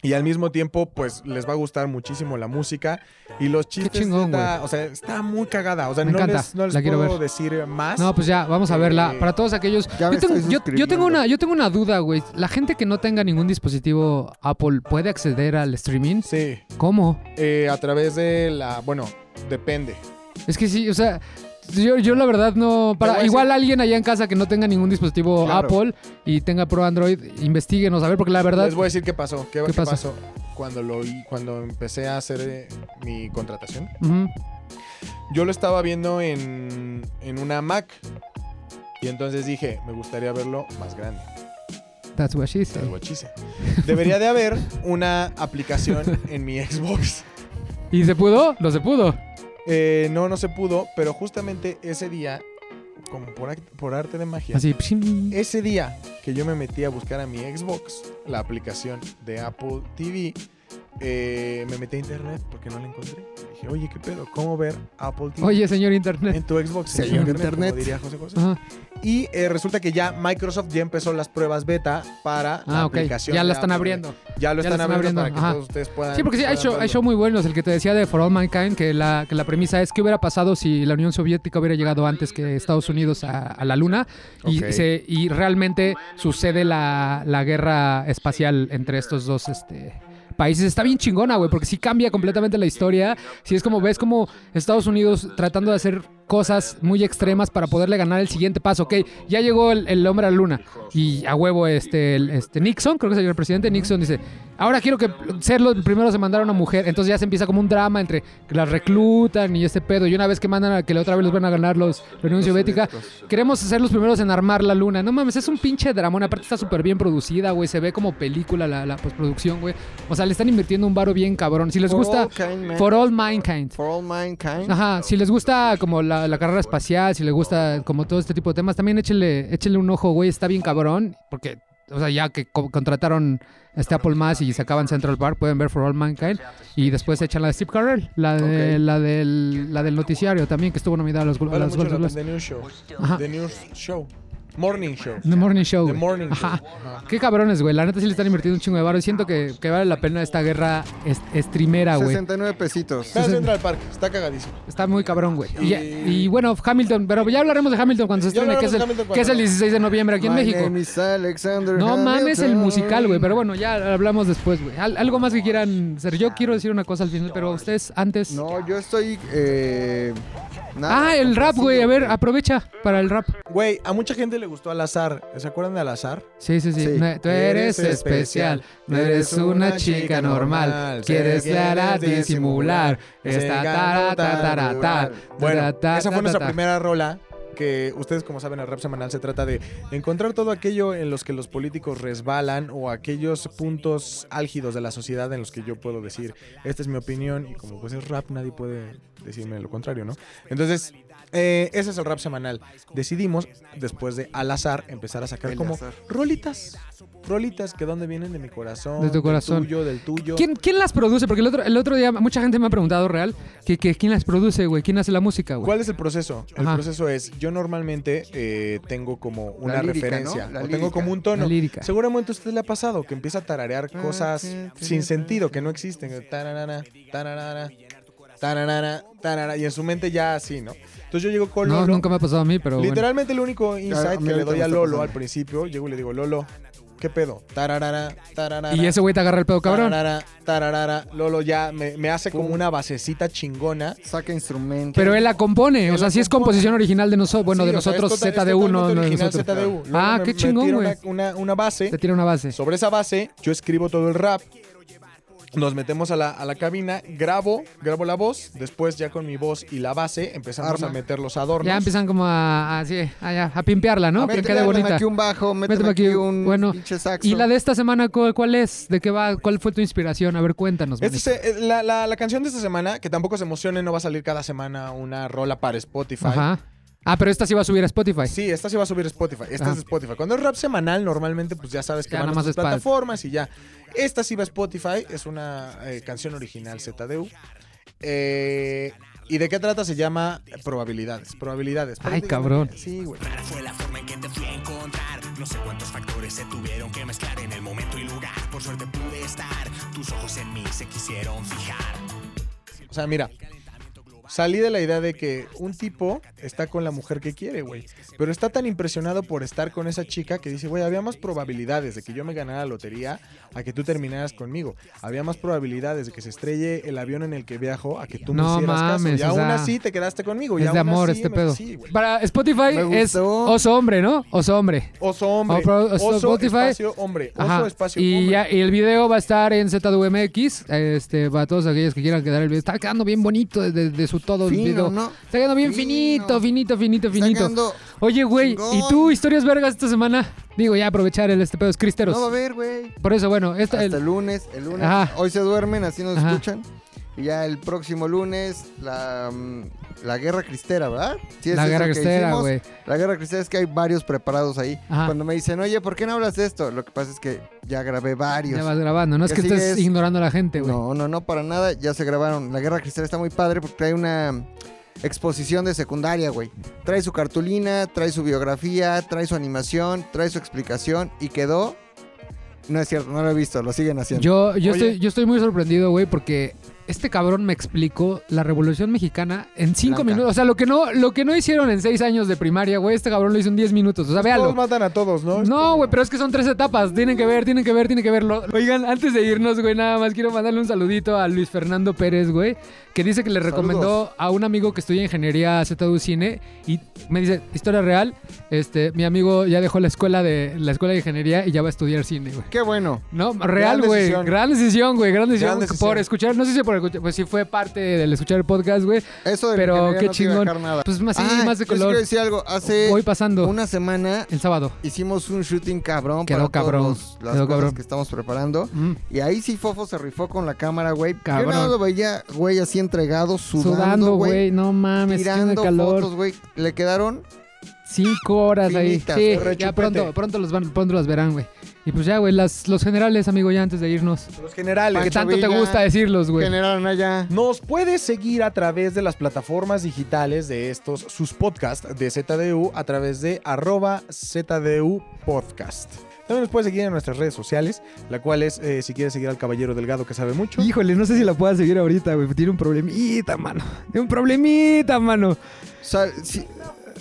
S2: Y al mismo tiempo, pues les va a gustar muchísimo la música. Y los chistes.
S1: chingón,
S2: neta, o sea, está muy cagada. O sea,
S1: Me
S2: no
S1: encanta,
S2: les, no les
S1: la quiero ver.
S2: puedo decir más.
S1: No, pues ya, vamos a verla.
S2: Eh,
S1: Para todos aquellos.
S3: ya me
S1: Yo tengo,
S3: estoy
S1: yo- yo tengo
S3: suscribiendo.
S1: una, yo tengo una duda, güey. La gente que no tenga ningún dispositivo Apple puede acceder al streaming.
S2: Sí.
S1: ¿Cómo?
S2: eh, a través de la. Bueno, depende.
S1: Es que sí, o sea. Yo, yo la verdad no...
S2: voy a
S1: Para,
S2: decir-
S1: igual alguien allá en casa que no tenga ningún dispositivo
S2: Claro.
S1: Apple y tenga pro Android, investiguenos, a ver, porque la verdad...
S2: Les voy a decir qué pasó. ¿Qué, qué
S1: pasó?
S2: pasó? Cuando, lo, hi- cuando empecé a hacer eh, mi contratación,
S1: Ujú.
S2: yo lo estaba viendo en, en una Mac. Y entonces dije, me gustaría verlo más grande.
S1: That's what she said.
S2: Algo hechice. Debería de haber una aplicación en mi Xbox.
S1: ¿Y se pudo? No se pudo.
S2: Eh, no, no se pudo, pero justamente ese día, como por, act- por arte de magia,
S1: Así... pshim.
S2: ese día que yo me metí a buscar a mi Xbox, la aplicación de Apple TV, eh, me metí a internet porque no la encontré. Y Dije, oye, ¿qué pedo? ¿Cómo ver Apple TV
S1: Oye, señor Internet.
S2: en tu Xbox?
S3: Señor Internet.
S2: como diría José José.
S1: Ajá.
S2: Y eh, resulta que ya Microsoft ya empezó las pruebas beta para la
S1: Ah, ok.
S2: aplicación.
S1: Ya
S2: de
S1: la están
S2: Apple.
S1: abriendo.
S2: Ya lo
S1: Ya la están
S2: están abriendo,
S1: abriendo,
S2: para que
S1: ajá.
S2: todos ustedes puedan.
S1: Sí, porque sí, hay
S2: puedan
S1: show, hay
S2: verlo.
S1: show muy buenos. El que te decía de For All Mankind, que la, que la premisa es que hubiera pasado si la Unión Soviética hubiera llegado antes que Estados Unidos a, a la Luna y,
S2: Ok.
S1: se, y realmente sucede la, la guerra espacial entre estos dos este, países. Está bien chingona, güey, porque sí cambia completamente la historia. Si es como ves como Estados Unidos tratando de hacer cosas muy extremas para poderle ganar el siguiente paso. Ok, ya llegó el, el hombre a la luna y a huevo este, el- este Nixon, creo que sería el presidente Nixon, dice, ahora quiero que ser los primeros en mandar a una mujer. Entonces ya se empieza como un drama entre que las reclutan y este pedo. Y una vez que mandan a que la otra vez los van a ganar los, la Unión Soviética, queremos ser los primeros en armar la luna. No mames, es un pinche dramón. Aparte está súper bien producida, güey. Se ve como película la, la postproducción, güey. O sea, le están invirtiendo un varo bien cabrón. Si les
S3: For
S1: gusta...
S3: all kind, man.
S1: For All Mankind.
S3: For all mankind.
S1: Ajá, si les gusta
S2: Pues,
S1: como la, la carrera espacial, si les gusta como todo este tipo de temas, también échenle, échenle un ojo, güey, está bien cabrón, porque, o sea, ya que co- contrataron este Apple Más y sacaban Central Park, pueden ver For All Mankind, y después echan la de Steve Carell, la, de,
S3: Ok.
S1: la, del, la del noticiario también, que estuvo nominada a los, gol- a
S2: Vale
S1: los
S2: mucho
S1: Golden
S2: la-
S1: Globes.
S2: The News Show.
S1: Ajá.
S2: The News Show. Morning Show.
S1: The Morning Show.
S2: The
S1: güey.
S2: Morning Show.
S1: Ajá.
S2: Ajá.
S1: Qué cabrones, güey. La neta sí le están invirtiendo un chingo de varo. y Siento que, que vale la pena esta guerra est- streamera, güey.
S3: 69 pesitos.
S2: Ve a Central Park, está cagadísimo.
S1: Está muy cabrón, güey. Y, y bueno, Hamilton, pero ya hablaremos de Hamilton cuando se
S2: Ya
S1: estrene, que es, el,
S2: hablaremos de Hamilton
S1: que es el
S2: cuando-
S1: 16 de noviembre aquí en
S3: My
S1: México.
S3: name is Alexander
S1: No mames el
S3: Hamilton.
S1: musical, güey. Pero bueno, ya hablamos después, güey. Al- algo más que quieran hacer. Yo quiero decir una cosa al final, pero ustedes antes.
S3: No, yo estoy. Eh, nada,
S1: Ah, el rap, güey. A ver, aprovecha para el rap.
S2: Güey, a mucha gente le gustó al azar. ¿Se acuerdan del azar?
S1: Sí, sí, sí.
S3: Sí.
S1: No, Tú eres especial, no eres una chica normal. Quieres
S2: la
S1: la disimular. Esta tara, tara, tara,
S2: Bueno,
S1: tara, tara,
S2: esa fue nuestra
S1: tara.
S2: primera rola. Que ustedes, como saben, el rap semanal se trata de encontrar todo aquello en los que los políticos resbalan o aquellos puntos álgidos de la sociedad en los que yo puedo decir, esta es mi opinión, y como pues es rap, nadie puede decirme lo contrario, ¿no? Entonces, eh, ese es el rap semanal. Decidimos, después de al azar, empezar a sacar
S3: El
S2: como
S3: azar.
S2: rolitas. Rolitas que dónde vienen de mi corazón.
S1: De tu corazón.
S2: Del tuyo, del tuyo.
S1: ¿Quién, quién las produce? Porque el otro, el otro día mucha gente me ha preguntado, real, que, que quién las produce, güey. ¿Quién hace la música, güey?
S2: ¿Cuál es el proceso? El
S1: Ajá.
S2: proceso es, yo normalmente eh, tengo como una
S3: lírica,
S2: referencia,
S3: ¿no? La
S2: o tengo
S3: lírica.
S2: como un tono.
S1: La lírica.
S2: Seguramente a usted le ha pasado que empieza a tararear cosas sin sentido, que no existen. Tararara, tararara, tararara, tarara, y en su mente ya así, ¿no? Entonces yo llego con
S1: No,
S2: Lolo.
S1: nunca me ha pasado a mí, pero bueno.
S2: Literalmente el único
S3: a
S2: insight
S3: mí
S2: que le
S3: ahorita
S2: doy
S3: me
S2: a
S3: está
S2: Lolo
S3: pasando.
S2: al principio, llego y le digo, Lolo, ¿qué pedo? Tararara, tararara.
S1: Y ese güey te agarra el pedo, cabrón.
S2: tararara, tararara. Lolo ya me, me hace como
S3: Pum.
S2: una basecita chingona.
S3: Saca instrumentos.
S1: Pero él la compone, o
S2: Él
S1: sea,
S2: la
S1: sí es
S2: compone.
S1: composición original de nosotros, bueno,
S2: Sí,
S1: de
S2: o sea, es
S1: nosotros
S2: total- es
S1: ZDU, no,
S2: totalmente
S1: no de
S2: original
S1: nosotros.
S2: ZDU. Luego
S1: Ah,
S2: me-
S1: qué
S2: me
S1: chingón,
S2: tira
S1: güey.
S2: Una, una, una base.
S1: Te tira una base.
S2: Sobre esa base, yo escribo todo el rap. Nos metemos a la, a la cabina, grabo, grabo la voz, después ya con mi voz y la base empezamos
S3: Arma.
S2: a meter los adornos.
S1: Ya empiezan como a, a, sí, a, ya, a pimpearla, ¿no?
S3: A
S1: que
S3: ver,
S1: quede
S3: méteme
S1: bonita.
S3: aquí un bajo, méteme,
S1: Méteme aquí
S3: aquí
S1: un-
S3: un
S1: bueno,
S3: pinche saxo.
S1: Y la de esta semana, ¿cu- ¿cuál es? ¿De qué va? ¿Cuál fue tu inspiración? A ver, cuéntanos.
S2: Esta
S1: manito.
S2: se- eh, la, la- la canción de esta semana, que tampoco se emocione, no va a salir cada semana una rola para Spotify.
S1: Ajá. Ah, pero esta sí va a subir a Spotify.
S2: Sí, esta sí va a subir a Spotify. Esta
S1: Ajá.
S2: es de Spotify. Cuando es rap semanal, normalmente pues ya sabes que
S1: Ya,
S2: van a
S1: nada más
S2: las
S1: es para-
S2: plataformas y ya. Esta sí va a Spotify. Es una eh, canción original ZDU. Eh, ¿Y de qué trata? Se llama Probabilidades. Probabilidades.
S1: Ay, cabrón.
S2: Sí, güey.
S5: Rara fue la forma en que te fui a encontrar. No sé cuántos factores se tuvieron que mezclar en el momento y lugar. Por suerte pude estar. Tus ojos en mí se quisieron fijar.
S2: O sea, mira. Salí de la idea de que un tipo está con la mujer que quiere, güey. Pero está tan impresionado por estar con esa chica que dice, güey, había más probabilidades de que yo me ganara la lotería a que tú terminaras conmigo. Había más probabilidades de que se estrelle el avión en el que viajo a que tú me
S1: No
S2: hicieras
S1: mames,
S2: caso. Y
S1: o
S2: aún
S1: sea,
S2: así te quedaste conmigo. Y
S1: es de
S2: aún
S1: amor
S2: así
S1: este
S2: me-
S1: pedo.
S2: sí, güey.
S1: Para Spotify
S3: Me
S1: es
S3: gustó.
S1: oso hombre, ¿no? Oso hombre.
S2: Oso hombre.
S1: Oh, pero-
S2: oso
S1: Spotify.
S2: espacio hombre. Oso
S1: Ajá.
S2: espacio
S1: y,
S2: hombre.
S1: ya- y el video va a estar en ZWMX. Este, para todos aquellos que quieran quedar el video. Está quedando bien bonito de, de- de su todo el
S3: Fino,
S1: video.
S3: ¿no?
S1: Está quedando bien
S3: Fino.
S1: finito, finito, finito,
S3: Está
S1: finito.
S3: quedando-
S1: Oye, güey, ¿y
S3: Chingón.
S1: tú, historias vergas esta semana? Digo, ya aprovechar el este pedo, es Cristeros.
S3: No va a haber, güey.
S1: Por eso, bueno, esta,
S3: Hasta
S1: el-
S3: el lunes, el lunes.
S1: Ajá.
S3: Hoy se duermen, así nos
S1: Ajá.
S3: escuchan. Y ya el próximo lunes, la mm, la guerra cristera, ¿verdad? Sí, es
S1: la
S3: eso
S1: guerra
S3: que
S1: cristera,
S3: hicimos.
S1: güey.
S3: La guerra cristera es que hay varios preparados ahí.
S1: Ajá.
S3: Cuando me dicen, oye, ¿por qué no hablas de esto? Lo que pasa es que ya grabé varios.
S1: Ya vas grabando. No es
S3: Y
S1: que
S3: así
S1: estés
S3: es.
S1: ignorando a la gente, güey.
S3: No, no, no, para nada. Ya se grabaron. La Guerra Cristal está muy padre porque trae una exposición de secundaria, güey. Trae su cartulina, trae su biografía, trae su animación, trae su explicación y quedó. No es cierto, no lo he visto, lo siguen haciendo.
S1: Yo, yo,
S2: Oye.
S1: estoy, yo estoy muy sorprendido, güey, porque este cabrón me explicó la Revolución Mexicana en cinco
S3: Blanca.
S1: minutos. O sea, lo que no, lo que no hicieron en seis años de primaria, güey, este cabrón lo hizo en diez minutos. O sea, véalo.
S2: Todos matan a todos, ¿no? Es
S1: No,
S2: como-
S1: güey, pero es que son tres etapas. Tienen que ver, tienen que ver, tienen que verlo. Oigan, antes de irnos, güey, nada más quiero mandarle un saludito a Luis Fernando Pérez, güey, que dice que le recomendó a un amigo que estudia ingeniería ZU Cine y me dice, historia real, este, mi amigo ya dejó la escuela de la escuela de ingeniería y ya va a estudiar cine, güey.
S3: Qué bueno.
S1: No, real, güey.
S2: decisión.
S1: Gran decisión, güey. Gran decisión,
S2: Gran decisión.
S1: por escuchar. No sé si por escuchar, pues sí fue parte del escuchar el podcast, güey.
S3: Eso de la
S1: Pero
S3: ingeniería
S1: qué
S3: no te iba a
S1: chingón.
S3: dejar nada.
S1: Pues más, sí,
S3: Ah,
S1: más de
S3: yo sí
S1: color.
S3: quiero decir algo. Hace
S1: Voy pasando
S3: una semana
S1: el sábado.
S3: hicimos un shooting cabrón
S1: Quedó
S3: para
S1: cabrón,
S3: todos los- las
S1: quedó
S3: cosas
S1: cabrón.
S3: que estamos preparando.
S1: Mm.
S3: Y ahí sí Fofo se rifó con la cámara, güey. Yo
S1: Cabrón.
S3: nada más lo veía, güey, así entregado,
S1: Sudando, güey. No mames, tiene
S3: tirando
S1: calor.
S3: fotos, güey. Le quedaron
S1: Cinco horas ahí.
S3: Finitas,
S1: Sí,
S2: rechupete.
S1: ya pronto, pronto los van, pronto las verán, güey. Y pues ya, güey, las, los generales, amigo, ya antes de irnos.
S2: Los generales.
S1: Que
S3: Pancho
S1: tanto te
S3: Villa.
S1: gusta decirlos, güey.
S3: generaron allá.
S2: Nos puedes seguir a través de las plataformas digitales de estos, sus podcasts de ZDU, a través de arroba ZDU Podcast. También nos puedes seguir en nuestras redes sociales, la cual es, eh, si quieres seguir al Caballero Delgado que sabe mucho,
S1: Híjole, no sé si la pueda seguir ahorita, güey. Tiene un problemita, mano. Tiene un problemita, mano.
S3: O sea, sí,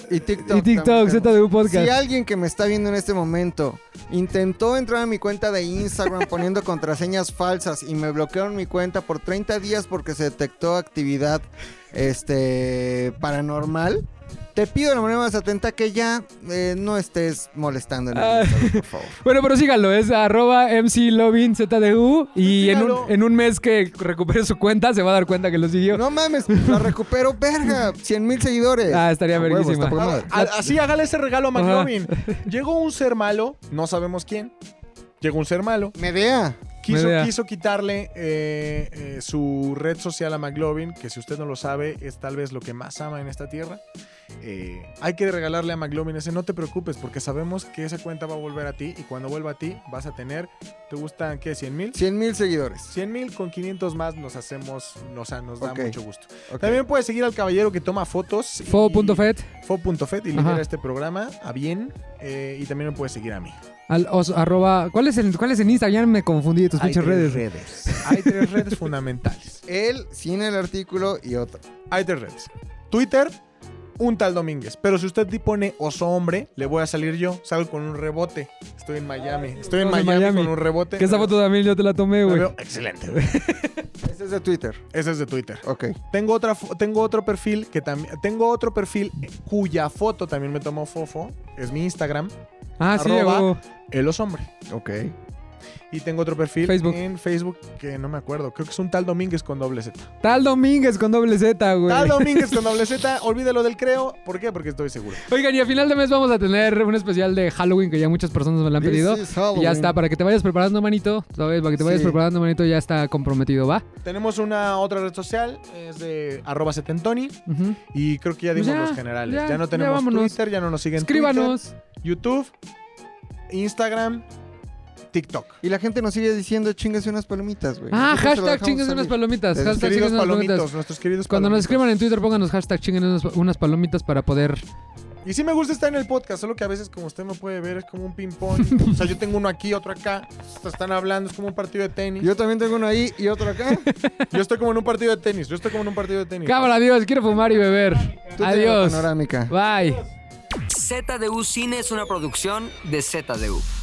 S3: y TikTok.
S1: Y TikTok,
S3: también tenemos.
S1: ZDU Podcast.
S3: Si alguien que me está viendo en este momento intentó entrar a mi cuenta de Instagram poniendo contraseñas falsas y me bloquearon mi cuenta por 30 días porque se detectó actividad este paranormal, te pido de la manera más atenta que ya eh, no estés molestando en el
S1: Ah.
S3: Instagram, por favor.
S1: Bueno, pero síganlo, es arroba mclovinzdu y en
S2: síganlo.
S1: un, en un mes que recupere su cuenta se va a dar cuenta que lo siguió.
S3: No mames, la recupero, verga, 100 mil seguidores.
S1: Ah, estaría
S3: A huevo,
S1: verguísima.
S3: está por
S2: Ah,
S3: madre.
S2: a- así hágale ese regalo a McLovin. Llegó un ser malo, no sabemos quién. Llegó un ser malo.
S3: Medea.
S2: Quiso,
S1: Medea.
S2: quiso quitarle eh, eh, su red social a McLovin, que si usted no lo sabe, es tal vez lo que más ama en esta tierra. Eh, hay que regalarle a McLovin ese, no te preocupes, porque sabemos que esa cuenta va a volver a ti y cuando vuelva a ti vas a tener, ¿te gustan qué? ¿100 mil?
S3: 100 mil seguidores.
S2: 100 mil con 500 más nos hacemos, o sea, nos da
S3: Ok.
S2: mucho gusto.
S3: Ok.
S2: También puedes seguir al caballero que toma fotos. y-
S1: Fo.fet,
S2: Fo.fet y lidera
S1: Ajá.
S2: este programa a bien. eh, y también me puedes seguir a mí.
S1: al, os- arroba. ¿Cuál es, el, ¿Cuál es en Instagram? Ya me confundí de tus pinches redes.
S2: Hay tres redes fundamentales.
S3: Él, sin el artículo y otro.
S2: Hay tres redes. Twitter, un tal Domínguez. Pero si usted pone oso hombre, le voy a salir yo. Salgo con un rebote. Estoy en Miami. Estoy en
S1: Estamos en
S2: Miami,
S1: Miami.
S2: con un rebote.
S1: Que esa
S2: Me
S1: foto también yo te la tomé,
S2: veo- me
S1: güey.
S2: veo Excelente, güey.
S3: Ese es de Twitter.
S2: Ese es de Twitter.
S3: Ok.
S2: Tengo, otra, fo- tengo otro perfil que también. Tengo otro perfil cuya foto también me tomó Fofo. Es mi Instagram.
S1: Ah, sí,
S2: Arroba.
S1: llegó.
S2: El oso hombre.
S3: Ok.
S2: Y tengo otro perfil
S1: Facebook.
S2: en Facebook que no me acuerdo. Creo que es un tal Domínguez con doble Z.
S1: Tal Domínguez con doble Z, güey.
S2: Tal Domínguez con doble Z. Olvídalo del creo. ¿Por qué? Porque estoy seguro.
S1: Oigan, y a final de mes vamos a tener un especial de Halloween que ya muchas personas me lo han
S3: This
S1: pedido.
S3: is
S1: Y
S3: Halloween.
S1: ya está, para que te vayas preparando, manito. ¿sabes? Para que te vayas
S3: Sí.
S1: preparando, manito, ya está comprometido, ¿va?
S2: Tenemos una otra red social. Es de arroba setentoni.
S1: Ujú.
S2: Y creo que ya dimos
S1: Ya,
S2: los generales.
S1: ya,
S2: Ya, no
S1: ya
S2: tenemos
S1: vámonos.
S2: Twitter. Ya no nos siguen
S1: Escríbanos.
S2: Twitter, YouTube, Instagram, TikTok.
S3: Y la gente nos sigue diciendo chingas unas palomitas, güey.
S1: Ah,
S3: Nosotros se lo
S1: hashtag
S3: dejamos
S1: chingues unas
S3: salir.
S1: palomitas.
S2: Nuestros
S1: Hashtag chingues
S2: queridos
S1: unas
S2: palomitos.
S1: palomitas.
S2: Nuestros queridos
S1: Cuando nos
S2: palomitas.
S1: escriban en Twitter, pónganos hashtag chingues unas, unas palomitas para poder.
S2: Y sí me gusta estar en el podcast, solo que a veces, como usted me puede ver, es como un ping-pong. o sea, yo tengo uno aquí, otro acá. Están hablando, es como un partido de tenis.
S3: Yo también tengo uno ahí y otro acá.
S2: Yo estoy como en un partido de tenis. Yo estoy como en un partido de tenis.
S1: Cámara, adiós, quiero fumar y beber.
S3: Tú tienes la
S1: Adiós.
S3: Panorámica.
S1: Bye.
S6: ZDU Cine es una producción de ZDU.